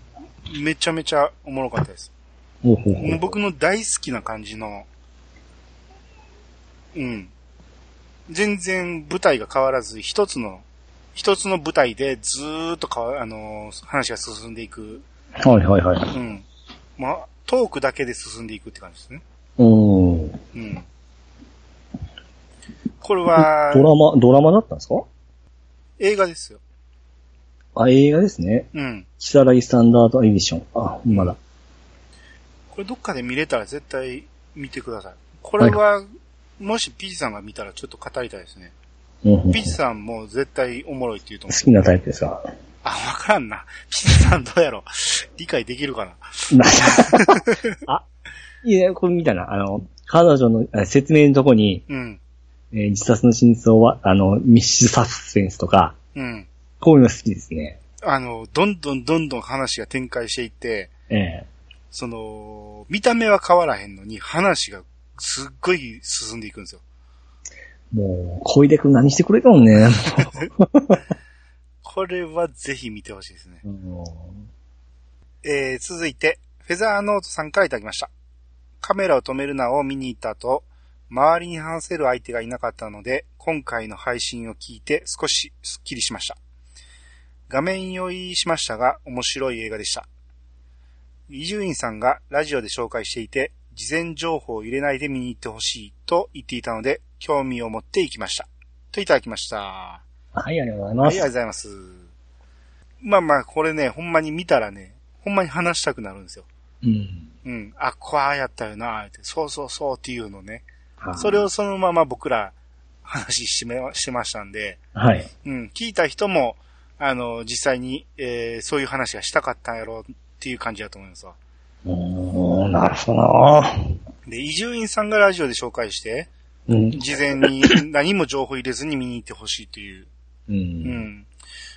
めちゃめちゃおもろかったです。
ほうほうほ
もう
う。
僕の大好きな感じの、うん。全然舞台が変わらず、一つの、一つの舞台でずーっと変わ、あのー話が進んでいく。
はいはいは
う
い。
ん。まあ、トークだけで進んでいくって感じですね。
うーん。
うん。これは、
ドラマ、ドラマだったんですか
映画ですよ。
あ、映画ですね。
うん。
キサラギスタンダードエディション。あ、まだ。
これどっかで見れたら絶対見てください。これは、もしピチさんが見たらちょっと語りたいですね。
うんうんうん
ピチさんも絶対おもろいって言うと
好
思う。
きなタイプですか
あ、わからんな。ピチさんどうやろう理解できるかな
な あ、いや、これ見たな。あの、彼女のあ説明のとこに、
うん。
えー自殺の真相は、あの、密室サスペンスとか、
うん。
こういうの好きですね。
あの、どんどんどんどん話が展開していって、
ええ
その、見た目は変わらへんのに話がすっごい進んでいくんですよ。
もう、小出くん何してくれたもんね。
これはぜひ見てほしいですね。
うん
えー続いて、フェザーノートさんからいただきました。カメラを止めるなを見に行った後、周りに話せる相手がいなかったので、今回の配信を聞いて少しスッキリしました。画面用意しましたが、面白い映画でした。伊集院さんがラジオで紹介していて、事前情報を入れないで見に行ってほしいと言っていたので、興味を持って行きました。といただきました。
はい、ありがとうご
は
ざいま
い、あり
す。
がとうございます。まあまあ、これね、ほんまに見たらね、ほんまに話したくなるんですよ。
うん。
うん。あ、こうやったよな、って、そうそうそうっていうのね。
はい
それをそのまま僕ら話しめ、してましたんで、
はい。
うん。聞いた人も、あの、実際に、えーそういう話がしたかったんやろうっていう感じだと思いますわ。
うーん、なるほどな
で、伊集院さんがラジオで紹介して、
うん。
事前に何も情報入れずに見に行ってほしいという。
う。
うんん。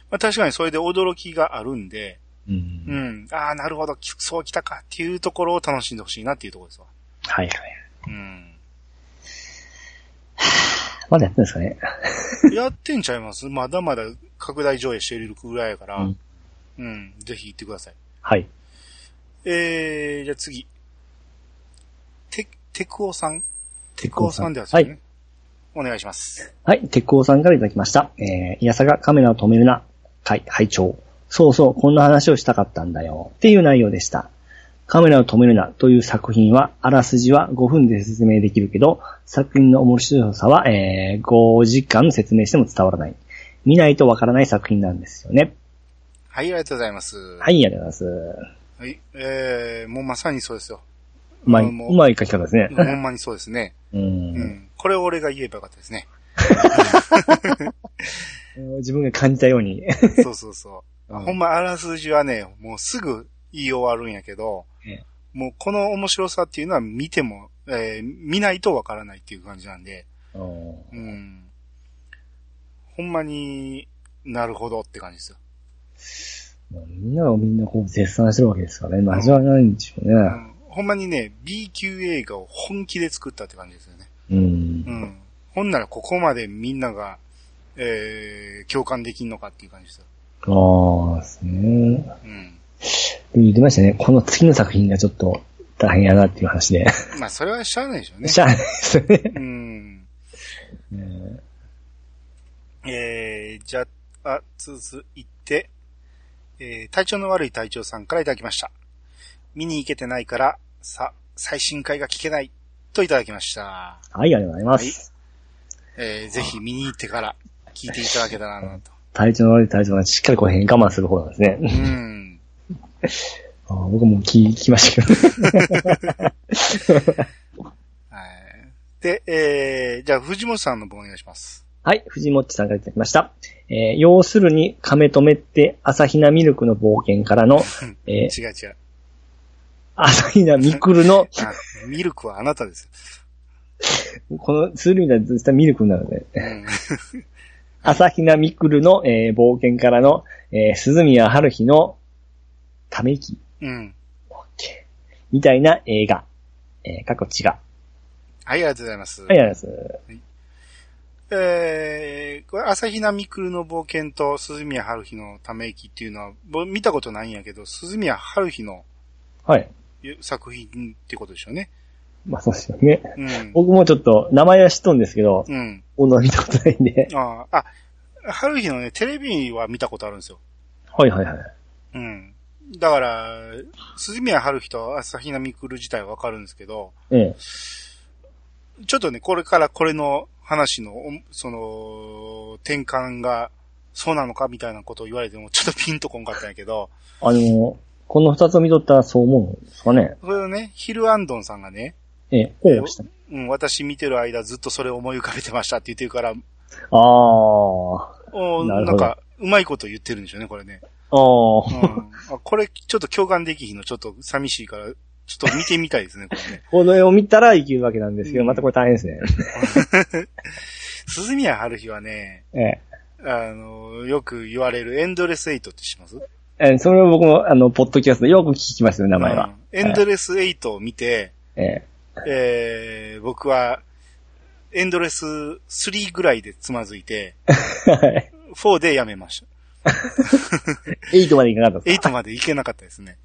まあ確かにそれで驚きがあるんで、
う。
うんん。ああ、なるほど。きそうきたかっていうところを楽 しんでほしいなっていうところですわ。
はいはい。
うん。
まだやってるんですかね。
やってんちゃいますまだまだ拡大上映してるぐらいやから、う
うんん、
ぜひ行ってください。
はい。
えー、じゃあ次。て、てくおさんて
テ
くおさんでは
は
そう
い
ね。。お願いします。
はい、鉄工さんからいただきました。えー、いやさがカメラを止めるな。はい、拝聴。そうそう、こんな話をしたかったんだよ。っていう内容でした。カメラを止めるなという作品は、あらすじは5分で説明できるけど、作品の面白さは、えー、5時間説明しても伝わらない。見ないとわからない作品なんですよね。
はい、ありがとうございます。
は。い、ありがとうござい
はい。えー、もうまさにそう ですよ。
ます。
あの
うまい、うまい書き方ですね。
ほんまにそうですね。
う。
うんん。これ俺が言えばよかったです ね。
自分が感じたように。
そうそうそう。ほ んまあらすじはね、もうすぐ言い終わるんやけど
ええ、
もうこの面白さっていうのは見ても、えー見ないとわからないっていう感じなんで、
うん
うん。ほんまになるほどって感じですよ。
もうみんながみんなこう絶賛してるわけですからね。味わいないんでしょうね。
うんほんまにね、B 級映画を本気で作ったって感じですよね。
うん
う。ん。ほんならここまでみんなが、えー、共感できんのかっていう感じですよ。
ああ、ですね。
うん。
で言ってましたね。この次の作品がちょっと大変やなっていう話で。
まあ、それはしゃあないでしょう ね。
しゃあないですね。
うん。えー、じゃあ、続いて、えー、体調の悪い隊長さんからいただきました。見に行けてないから、さ、最新回が聞けない、といただきました。
はい、ありがとうございます。
えー、ぜひ見に行ってから聞いていただけたら なと。
体調の悪い体調がしっかりこう変我慢する方なんで
う
すね。
ん。
あー僕も聞きましたけど。
はい。で、えー、じゃあ、藤本さんの方お願いします。
はい、藤本さんからいただきました。えー要するに、亀止めって朝比奈ミルクの冒険から の、えー
違う違う。
朝比奈ミクルの、
あ、ミルクはあなたです。
このツールみたいなずっとミルクになるので、
うん。
朝比奈ミクルの、えー冒険からの、えー鈴宮春日のため息。
うん。
みたいな映画。えー、過去違う。
はい、ありがとうございます。
はい、ありがとうございます。
えー、これ、朝比奈みくるの冒険と鈴宮春日のため息っていうのは、僕見たことないんやけど、鈴宮春日の
はい。
作品ってことでしょうね。
まあそうですよね。
うん。
僕もちょっと名前は知っとんですけど、
うん。
女は見たことないんで。
あーあ、春日のね、テレビは見たことあるんですよ。
はいはいはい。
うん。だから、鈴宮春日と朝比奈みくる自体はわかるんですけど、
ええ。
ちょっとね、これからこれの話の、おその、転換が、そうなのかみたいなことを言われても、ちょっとピンとこんかったんやけど、
あの、この二つを見とったらそう思うんですかね。
それをね、ヒルアンドンさんがね、
ええ、こうした。
うん、私見てる間ずっとそれを思い浮かべてましたって言ってるから、
ああ。あ
おー
な
な
るほど
んか、うまいこと言ってるんでしょうね、これ ね。うん、
あ。
あこれ、ちょっと共感できひんの、ちょっと寂しいから、ちょっと見てみたいですね、これね。
この絵を見たら生きるわけなんですけ
う
ど、
ん
またこれ大変ですね。
鈴宮春日はね、
ええ。
あの、よく言われるエンドレスエイトって知ってます
ええ、それを僕も、あの、ポッドキャストでよく聞きますよ、名前
う
は。
んエンドレスエイトを見て、
ええ。
えー、僕は、エンドレス3ぐらいでつまずいて、
はい。
4でやめました。
エイトまでいかなかったです
8まで行けなかったですね。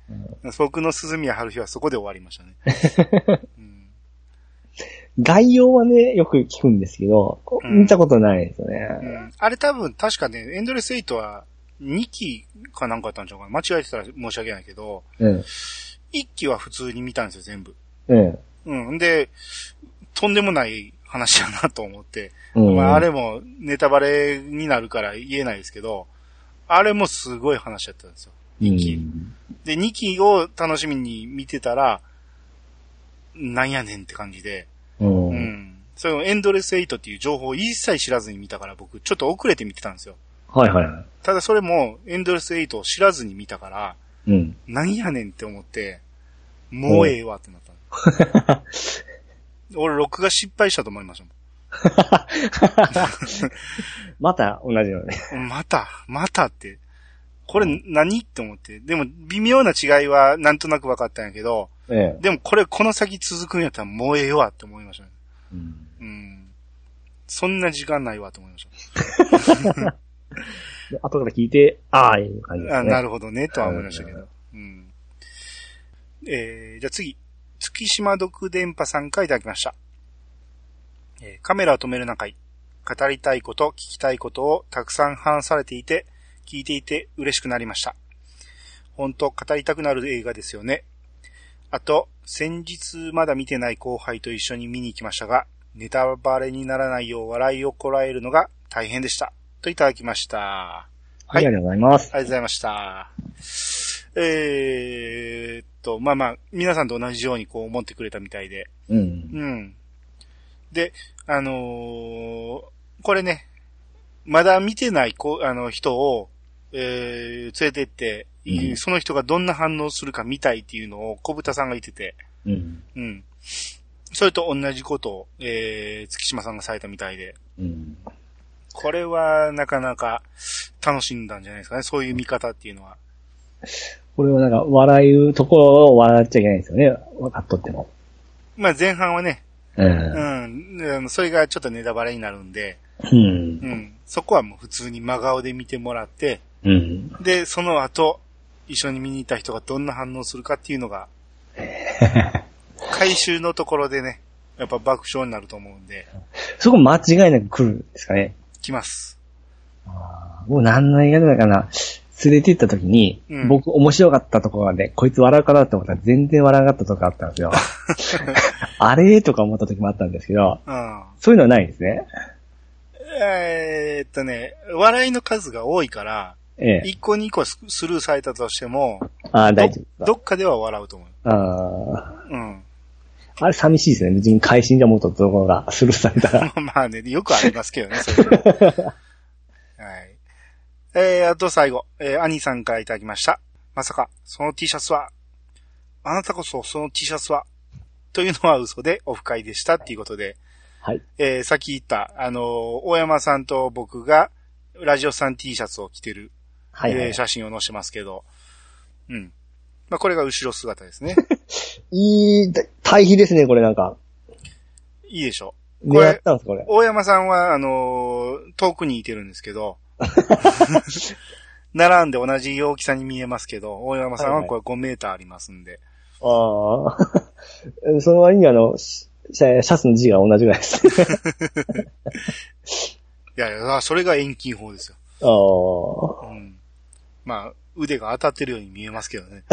僕の鈴宮春日はそこで終わりましたね。 うん
概要はね、よく聞くんですけど、こう
うん
見たことないですよね。
うんあれ多分確かね、エンドレス8は2期かなんかあったんちゃうかな。間違えてたら申し訳ないけど、
うん。
1期は普通に見たんですよ、全部。
うん。
うん。んで、とんでもない話だなと思って。
うん
まあ、あれもネタバレになるから言えないですけど、あれもすごい話だったんですよ。期
うん
で、2期を楽しみに見てたら、なんやねんって感じで、
うん
う。ん。そのエンドレスエイトっていう情報を一切知らずに見たから僕、ちょっと遅れて見てたんですよ。
はいはいは
ただそれも、エンドレスエイトを知らずに見たから、
い。うん。
なんやねんって思って、もうええわってなったの。俺、録画失敗したと思いました
また同じのね。
もん。また、またって。これ何って思って。でも、微妙な違いはなんとなく分かったんやけど、
ええ。
でもこれこの先続くんやったらもうええわって思いましたね。うん。そんな時間ないわと思いまし
で後から聞いて、ああ、いう感じで
た。あ
す
な
ね。
るほどね、とは思いましたけど。うん。えーじゃあ次。月島独電波さんからいただきました。えーカメラを止める中、語りたいこと、聞きたいことをたくさん話されていて、聞いていて嬉しくなりました。本当語りたくなる映画ですよね。あと、先日まだ見てない後輩と一緒に見に行きましたが、ネタバレにならないよう笑いをこらえるのが大変でした。といただきました。
はい、ありがとうございます。
ありがとうございました。えーっと、まあまあ、皆さんと同じようにこう思ってくれたみたいで。
うん。
うん。で、あのーこれね、まだ見てない子、あの、人を、えー、連れてって、
うん
その人がどんな反応するか見たいっていうのを小豚さんが言ってて、
うん。
うん。それと同じことを、えー、月島さんがされたみたいで、
うん。
これはなかなか楽しんだんじゃないですかね、そういう見方っていうのは。
これはなんか、笑うところを笑っちゃいけないんですよね。分かっとっても。
まあ前半はね、
う。
うんん、うんそれがちょっとネタバレになるんで、
うん
う。ん、そこはもう普通に真顔で見てもらって、
うん。
で、その後、一緒に見に行った人がどんな反応するかっていうのが、回収のところでね、やっぱ爆笑になると思うんで、
そこ間違いなく来るんですかね。
来ます。
もう何の映画だかな。連れて行った時に、
うん
僕面白かったところで、こいつ笑うかなって思ったら全然笑わなかったとこあったんで すよ。あれとか思った時もあったんですけど、
うん。
そういうのはないですね。
えーっとね、笑いの数が多いから、
ええ。
一個二個ススルーされたとしても、
ああ、
ど
大丈夫
どっかでは笑うと思う。
あ
うん。
あ。あれ寂しいですね。別に会心じゃもっとところがスルーされ たら。
まあね、よくありますけどね、それは。はい。えー、あと最後、えー、兄さんからいただきました。まさか、その T シャツは、あなたこそその T シャツは、というのは嘘でオフ会でしたっていうことで、
はい。
えー、さっき言った、あのー大山さんと僕が、ラジオさん T シャツを着てる、
はい、は
えー
い。
写真を載せてますけど、うん。まあ、これが後ろ姿です ね。
いい、対比ですね、これなんか。
いいでしょう。こ
狙っ
れ、
たんです、これ。
大山さんは、あのー遠くにいてるんですけど、 並んで同じ大きさに見えますけど、大山さんはこれ5メーターありますんで。
ああ。 その割にあの、シャシャツの字が同じぐらいです ね。
いやいや、それが遠近法ですよ。
ああ。
うん。まあ、腕が当たってるように見えますけど ね。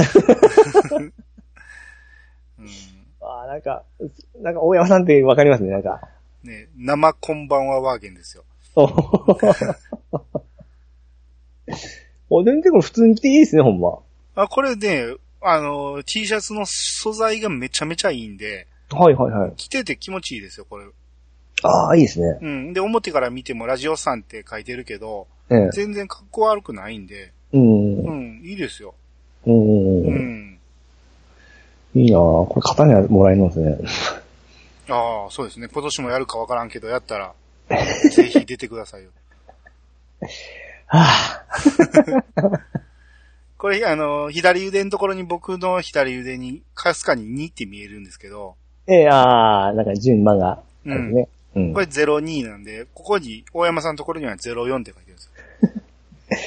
うん、
ああ、なんか、なんか大山さんってわかりますね、なんか。
ね生こんばんはワーゲンですよ。
おー お全然これ普通に着ていいですね、ほんま。
あこれね、あのー、T シャツの素材がめちゃめちゃいいんで、
はいはいはい。
着てて気持ちいいですよ、これ。
ああ、いいですね。
うん。で、表から見てもラジオさんって書いてるけど、
ええ。
全然格好悪くないんで、
うん。う
うんん、いいですよ。
うん
う
うん。
ん。
いいなあこれ型にはもらえるんですね。
ああ、そうですね。今年もやるかわからんけど、やったら、ぜひ出てくださいよ。
はあ。
これ、あの、左腕のところに僕の左腕に、かすかに2って見えるんですけど、
ええ、ああ、なんか順番があ
う
る
ん。
ね。うん
こ。れ02なんで、ここに、大山さんのところには04って書いてるんですよ。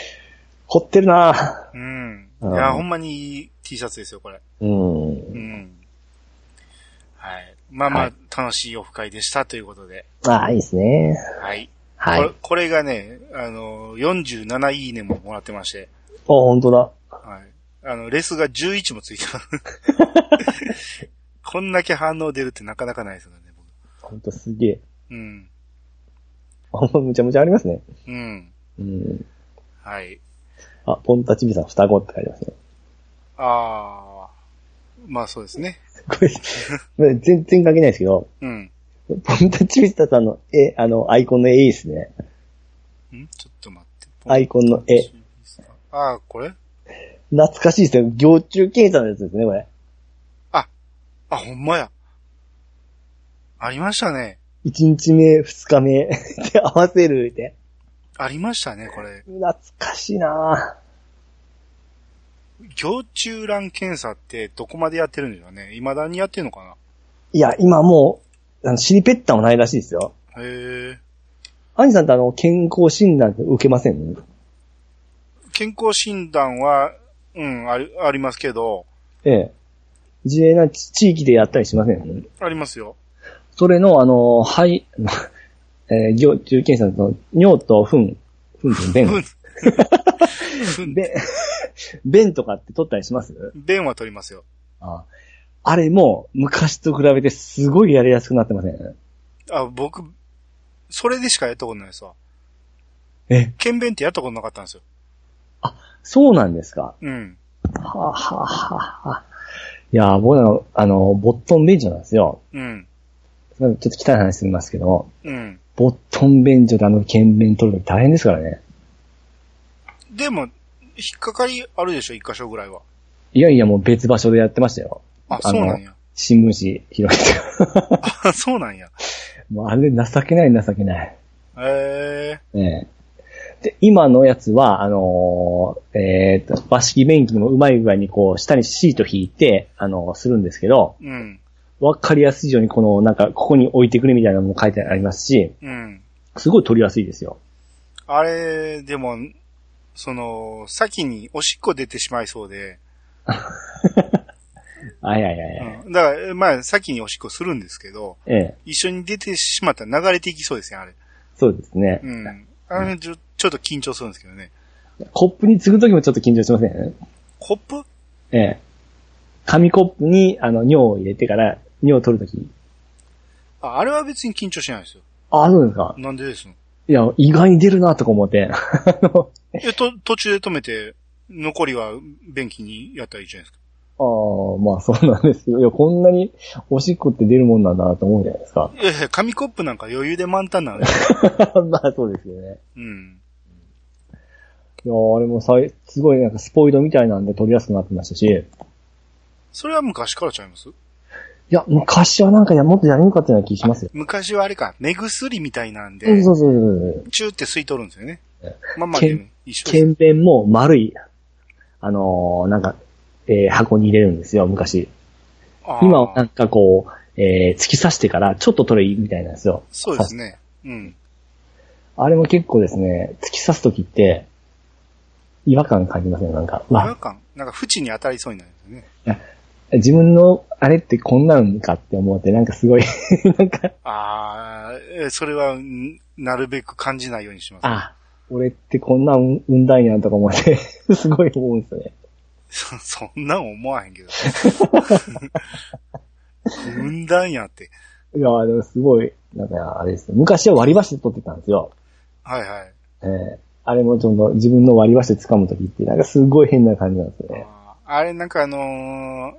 凝ってるなあ
うん。い
うん
や、ほんまにいい T シャツですよ、これ。
うん
う。ん。はい。まあまあ、
はい
楽しいオフ会でしたということで。
ああ、いいですね。
はい。
は
これ
い。
これがね、あの、47いいねももらってまして、
お、本当だ。
はい。あの、レスが11もついてます。 こんだけ反応出るってなかなかないですよね、僕
本当すげえ。
うん。
ほんまむちゃむちゃありますね。
うん。
うん。
はい。
あ、ポンタチビさん双子って書いてますね。
あー。まあそうですね。
これ、これ全然関係ないですけど、
うん。
ポンタチビさんの絵、あの、アイコンの絵いいですね。
んちょっと待って。
アイコンの絵。
あー、これ
懐かしいですね。行中検査のやつですね、これ。
あ、ほんまや。ありましたね。
1日目、2日目で合わせるって。
ありましたね、これ。
懐かしいなぁ
行中欄検査ってどこまでやってるんでしょうね。未だにやってるのか
いや、今もう、あの、シリペッタもないらしいですよ。
なへえ。
アニさんってあの、健康診断って受けません
健康診断は、うん、あり、ありますけど、
ええ。自衛な地地域でやったりしません
ありますよ。
それの、あの、肺、 えー、行、中検査の尿と糞、糞と便。
糞
便、便とかって取ったりします
便は取りますよ。
ああれも、昔と比べてすごいやりやすくなってません
あ、僕、それでしかやったことないですわ。
え、
検便ってやったことなかったんですよ。
そうなんですか
うん。
はあはあはあはあいやー、僕あの、あの、ボットン便所なんですよ。
うん。
ちょっと汚い話すみますけど、
うん。
ボットン便所であの、検便取るの大変ですからね。
でも、引っかかりあるでしょ、一箇所ぐらいは。
いやいや、もう別場所でやってましたよ。
あ、
あ
そ
の
うなんや。
新聞紙広げて。
あ、そうなんや。
もうあれ情けない情けない。
え
ええで、今のやつは、あのーえっ、と、和式便器にもうまい具合にこう、下にシート引いて、あのーするんですけど、
えうん。
わかりやすいようにこの、なんか、ここに置いてくれみたいなのも書いてありますし、
うん。
すごい取りやすいですよ。
あれ、でも、その、先におしっこ出てしまいそうで、
あいやいやいや。
うん。だから、まあ、先におしっこするんですけど、
ええ
一緒に出てしまったら流れていきそうですね、あれ。
そうですね。
うん。あれ、ちょちょっと緊張するんですけどね。
コップに継ぐときもちょっと緊張しません
コップ
ええ紙コップに、あの、尿を入れてから、尿を取るとき。
あ、あれは別に緊張しないですよ。
あ、そうですか。
なんでですの
いや、意外に出るな、とか思って。 あの
いや、と、途中で止めて、残りは便器にやったらいいじゃないですか。。
ああ、まあそうなんですよ。いや、こんなにおしっこって出るもんなんだなと思うじゃないですか
いやいや、紙コップなんか余裕で満タンなのよ。
まあそうですよね。
うん。
いや、あれもさい、すごいなんかスポイドみたいなんで取りやすくなってましたし、い
それは昔からちゃいます
や、昔はなんかいや、もっとやりにくかったような気しますよ。
昔はあれか、目薬みたいなんで、
そうそうそうそう。
チューって吸い取るんですよね
え。
まあまあ、
けん
でも一緒です。
検便も丸い、あのーなんか、えー箱に入れるんですよ、昔。
あー
今はなんかこう、えー突き刺してからちょっと取れみたいなんですよ。
そうですね。うん。
あれも結構ですね、突き刺すときって、違和感感じませんなんか、
違
うわ
和感。なんか、縁に当たりそうになるんですよね。
自分のあれってこんなんかって思って、なんかすごい、なんか、
ああ、えそれは、んなるべく感じないようにします。
あ、俺ってこんなん産んだんやとか思って、 すごい思うんですよね。
そそんなん思わへんけど。 うんだんやって。
いや、でもすごい、なんかあれですよ昔は割り箸で取ってたんですよ。
はいはい。
えーあれもちょっと自分の割り箸で掴むときって、なんかすごい変な感じなんですよね。
あーあれなんかあのー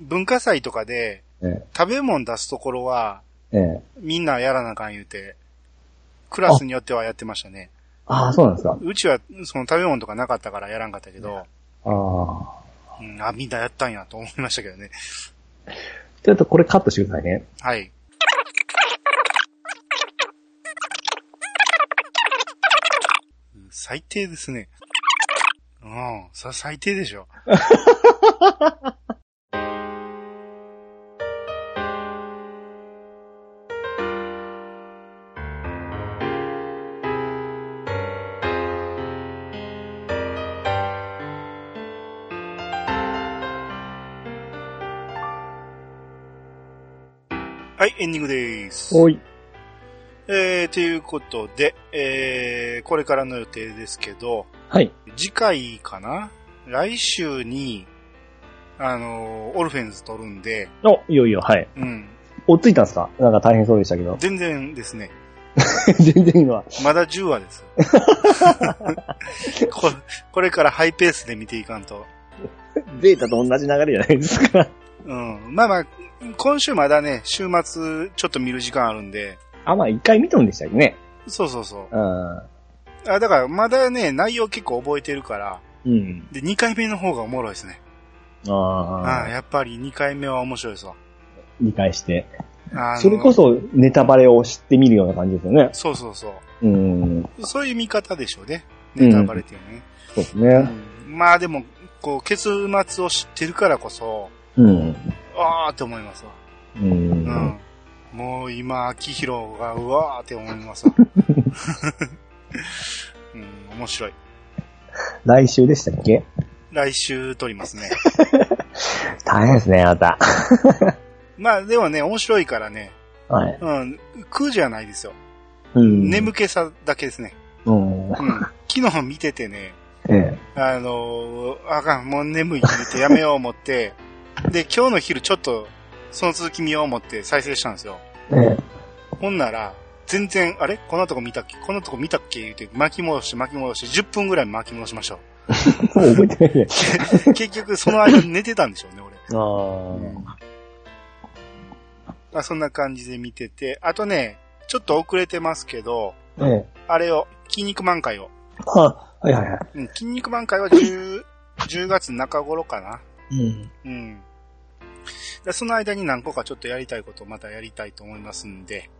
文化祭とかで
え
食べ物出すところは
えええ
みんなやらなあかん言うて、クラスによってはやってましたね。
ああ、そうなんですか。
うちはその食べ物とかなかったからやらんかったけど、
ああ。
うん、あ、みんなやったんやと思いましたけどね。
ちょっとこれカットしてくださいね。
はい。最低ですね。うん、さ最低でしょ。はい、エンディングです。
はい。
えー、ということで、えー、これからの予定ですけど、
はい。
次回かな来週に、あのーオルフェンズ撮るんで、
お、いよいよ、はい。
うん。
おっついたんですかなんか大変そうでしたけど。
全然ですね。
全然今。
まだ10話 です。ここれからハイペースで見ていかんと。
データと同じ流れじゃないですか。
うん。まあまあ、今週まだね、週末ちょっと見る時間あるんで、
あ、まあ一回見とるんでしたっけね。
そうそうそう
う
う。あだからまだね、内容結構覚えてるから、
ん。
で、2回目の方がおもろいですね。ああ、
ああ、
やっぱり2回目は面白いですわ。
理解して。
あの
それこそネタバレを知ってみるような感じですよね。
そうそうそう。
うん。
そういう見方でしょうね。ネタバレっていうのね。
そうですね。
うんまあでも、こう、結末を知ってるからこそ、
うん。
あーって思いますわ。
うん。
うん。もう今、秋広がうわーって思いますわ。 うん、面白い。
来週でしたっけ
来週撮りますね。
大変ですね、あなた。
まあでもね、面白いからね、
はい。
うん、苦じゃないですよ。
うん。
眠気さだけですね。
うん。
うん。昨日見ててね、
ええ。
あのーあかん、もう眠いって言ってやめよう思って、で、今日の昼ちょっと、その続き見よう思って再生したんですよ。
ええ。
ほんなら、全然、あれこんなとこ見たっけこんなとこ見たっけ言うて、巻き戻して巻き戻して、10分ぐらい巻き戻しましょ
もう覚えてないね。
う。 結局、その間寝てたんでしょうね、俺。
あ
うんまあ、そんな感じで見てて、あとね、ちょっと遅れてますけど、
あ。ええ。
あれを、筋肉満開を。
あ、はいはいは
うん、筋肉満開は10、10月中頃かな。
い。うん。
うん。でその間に何個かちょっとやりたいことをまたやりたいと思いますんで。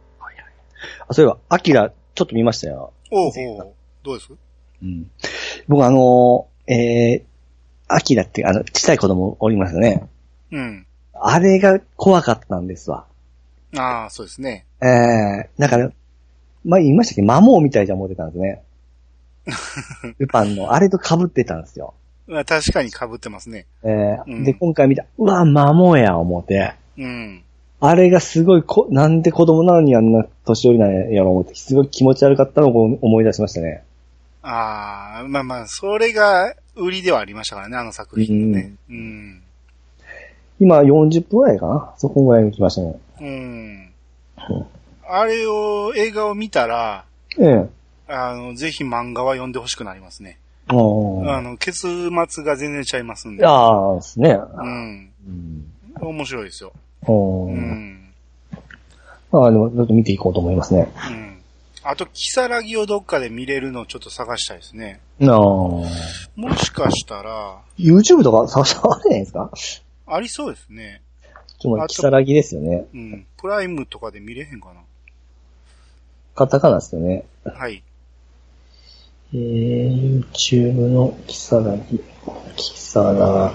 あ、そういえば、アキラ、ちょっと見ましたよ。
おう
ぜ
おうどうです
うん。僕あのー、えー、アキラって、あの、小さい子供おりますよね。
うん。
あれが怖かったんですわ。
ああ、そうですね。
ええなんかね、前言いましたっけ魔王みたいじゃ思ってたんですね。ルパンの、あれと被ってたんですよ。
まあ確かに被ってますね。
ええ
うん
で、今回見た、うわ、魔王や、思って。
うん。
あれがすごいこ、なんで子供なのにあんな年寄りなんやろ思って、すごい気持ち悪かったのを思い出しましたね。
ああ、まあまあ、それが売りではありましたからね、あの作品のね。うん。
今40分ぐらいかなそこぐらいに来ましたね。
うん。あれを、映画を見たら、
ええ。
あの、ぜひ漫画は読んでほしくなりますね。
お
あ
ー
の、結末が全然ちゃいますんで。
ああ、ですね。
うん。
うん。
面白いですよ。
お
う
ー
ん。
ああ、でも、ちょっと見ていこうと思いますね。
うん。あと、キサラギをどっかで見れるのをちょっと探したいですね。
なあ。
もしかしたら、
YouTube とか探したわけじゃないですか
ありそうですね。
ちょっと
あ
待
と
って、キサラギですよね。
うん。プライムとかで見れへんか
カタカナですよね。
な。はい。
えー、YouTube のキサラギ。キサラ、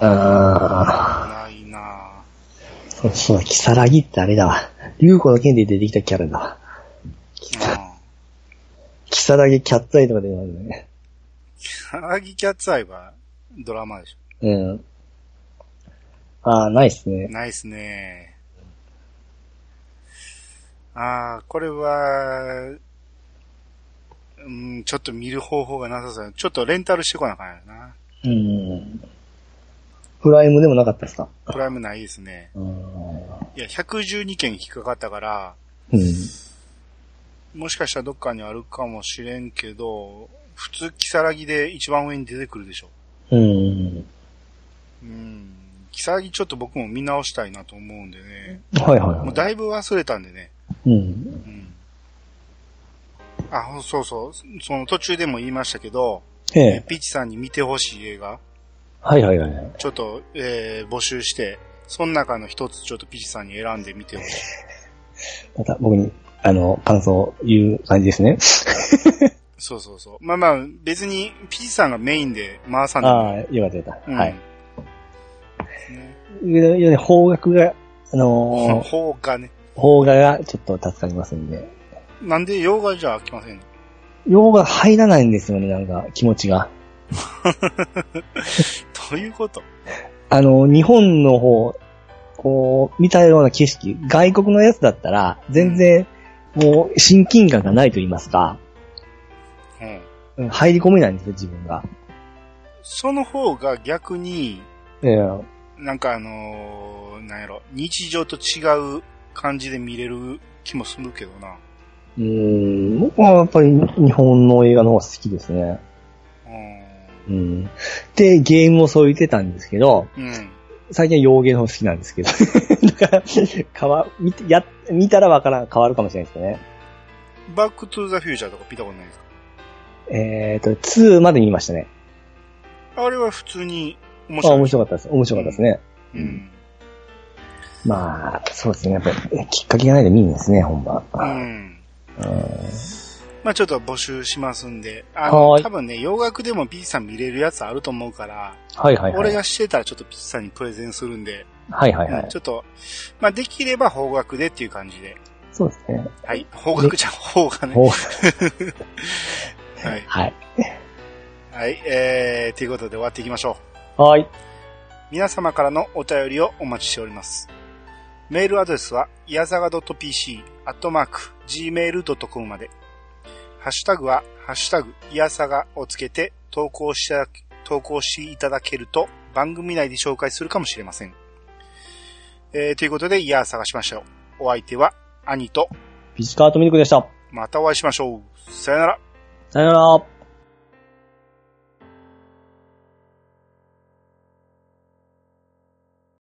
あー
あ
ないな
ー、そうそうだ、キサラギってあれだわ。竜子の剣で出てきたキャラだわ。
ぁ。
キサラギキャッツアイとか出てますね。
キサラギキャッツアイはドラマでし
うん。あー、ないっす
ょ。
ね。
ないっすね。ああ、これは、うん、ちょっと見る方法がなさそうやちょっとレンタルしてこなあかんやろな。
うん。プライムでもなかったですか
プライムないですね。
うん。
いや、112件引っかかったから、
うん。
もしかしたらどっかにあるかもしれんけど、普通、キサラギで一番上に出てくるでしょ。
うん。
うん。キサラギちょっと僕も見直したいなと思うんでね。
はいはい
もう
は
だいぶ忘れたんでね。
い。う
う
ん。
ん。あ、ほそうそう。その途中でも言いましたけど、
え
え
え。
ピッチさんに見てほしい映画、
はいはいはいはい。
ちょっと、えー募集して、その中の一つちょっとピッチさんに選んでみてほしい。
また僕に、あの、感想を言う感じですね。
そうそうそう。まあまあ、別にピッチさんがメインで回さない。
ああ、よかったよかった。
うん
はい。。
ね
いや方角が、あ のー、
方がね。
方角がちょっと助かりますんで。
なんで洋画じゃ飽きませんの
用が入らないんですよね、なんか、気持ちが。
どういうこと
あの、日本の方、こう、見たような景色、外国のやつだったら、全然、もう、親近感がないと言いますか、
うん。
うん入り込めないんですよ、自分が。
その方が逆に、
ええ
なんかあのーなんやろ、日常と違う感じで見れる気もするけどな。
うーん、僕はやっぱり日本の映画の方が好きですね。
う
うん。で、ゲームもそう言ってたんですけど、
ん。うん。
最近は洋芸の方が好きなん ですけど。だから、変わ、見て、や、見たらわからん、変わるかもしれないですね。
バックトゥーザフューチャーとか見たことないですか
えっ、と、2まで見ましたね。
あれは普通に面
あ、
白い。
面白かったです。面白かったですね。
うん。
まあ、そうですね。やっぱり、きっかけがないと見るんですね、本番。
うん。まあちょっと募集しますんで、あ
はー
の、
い
多分ね、洋楽でも B さん見れるやつあると思うから、
はいはいはい。
俺がしてたらちょっと B さんにプレゼンするんで、
はいはいは
うん
い
ち。ょっと、まあできれば方角でっていう感じで、
そうですね。
はい、方角じゃん、方がね。は
お
い、
はい。
はい、えー、ということで終わっていきましょう。
はい。
皆様からのお便りをお待ちしております。メールアドレスは、いやざが .pc、アットマーク、gmail.com まで。ハッシュタグは、ハッシュタグ、いやさがをつけて投稿していただけ、投稿していただけると、番組内で紹介するかもしれません。えー、ということで、いやさがしましょう。お相手は、兄と、
ビジカートミルクでした。
またお会いしましょう。さよなら。
さよなら。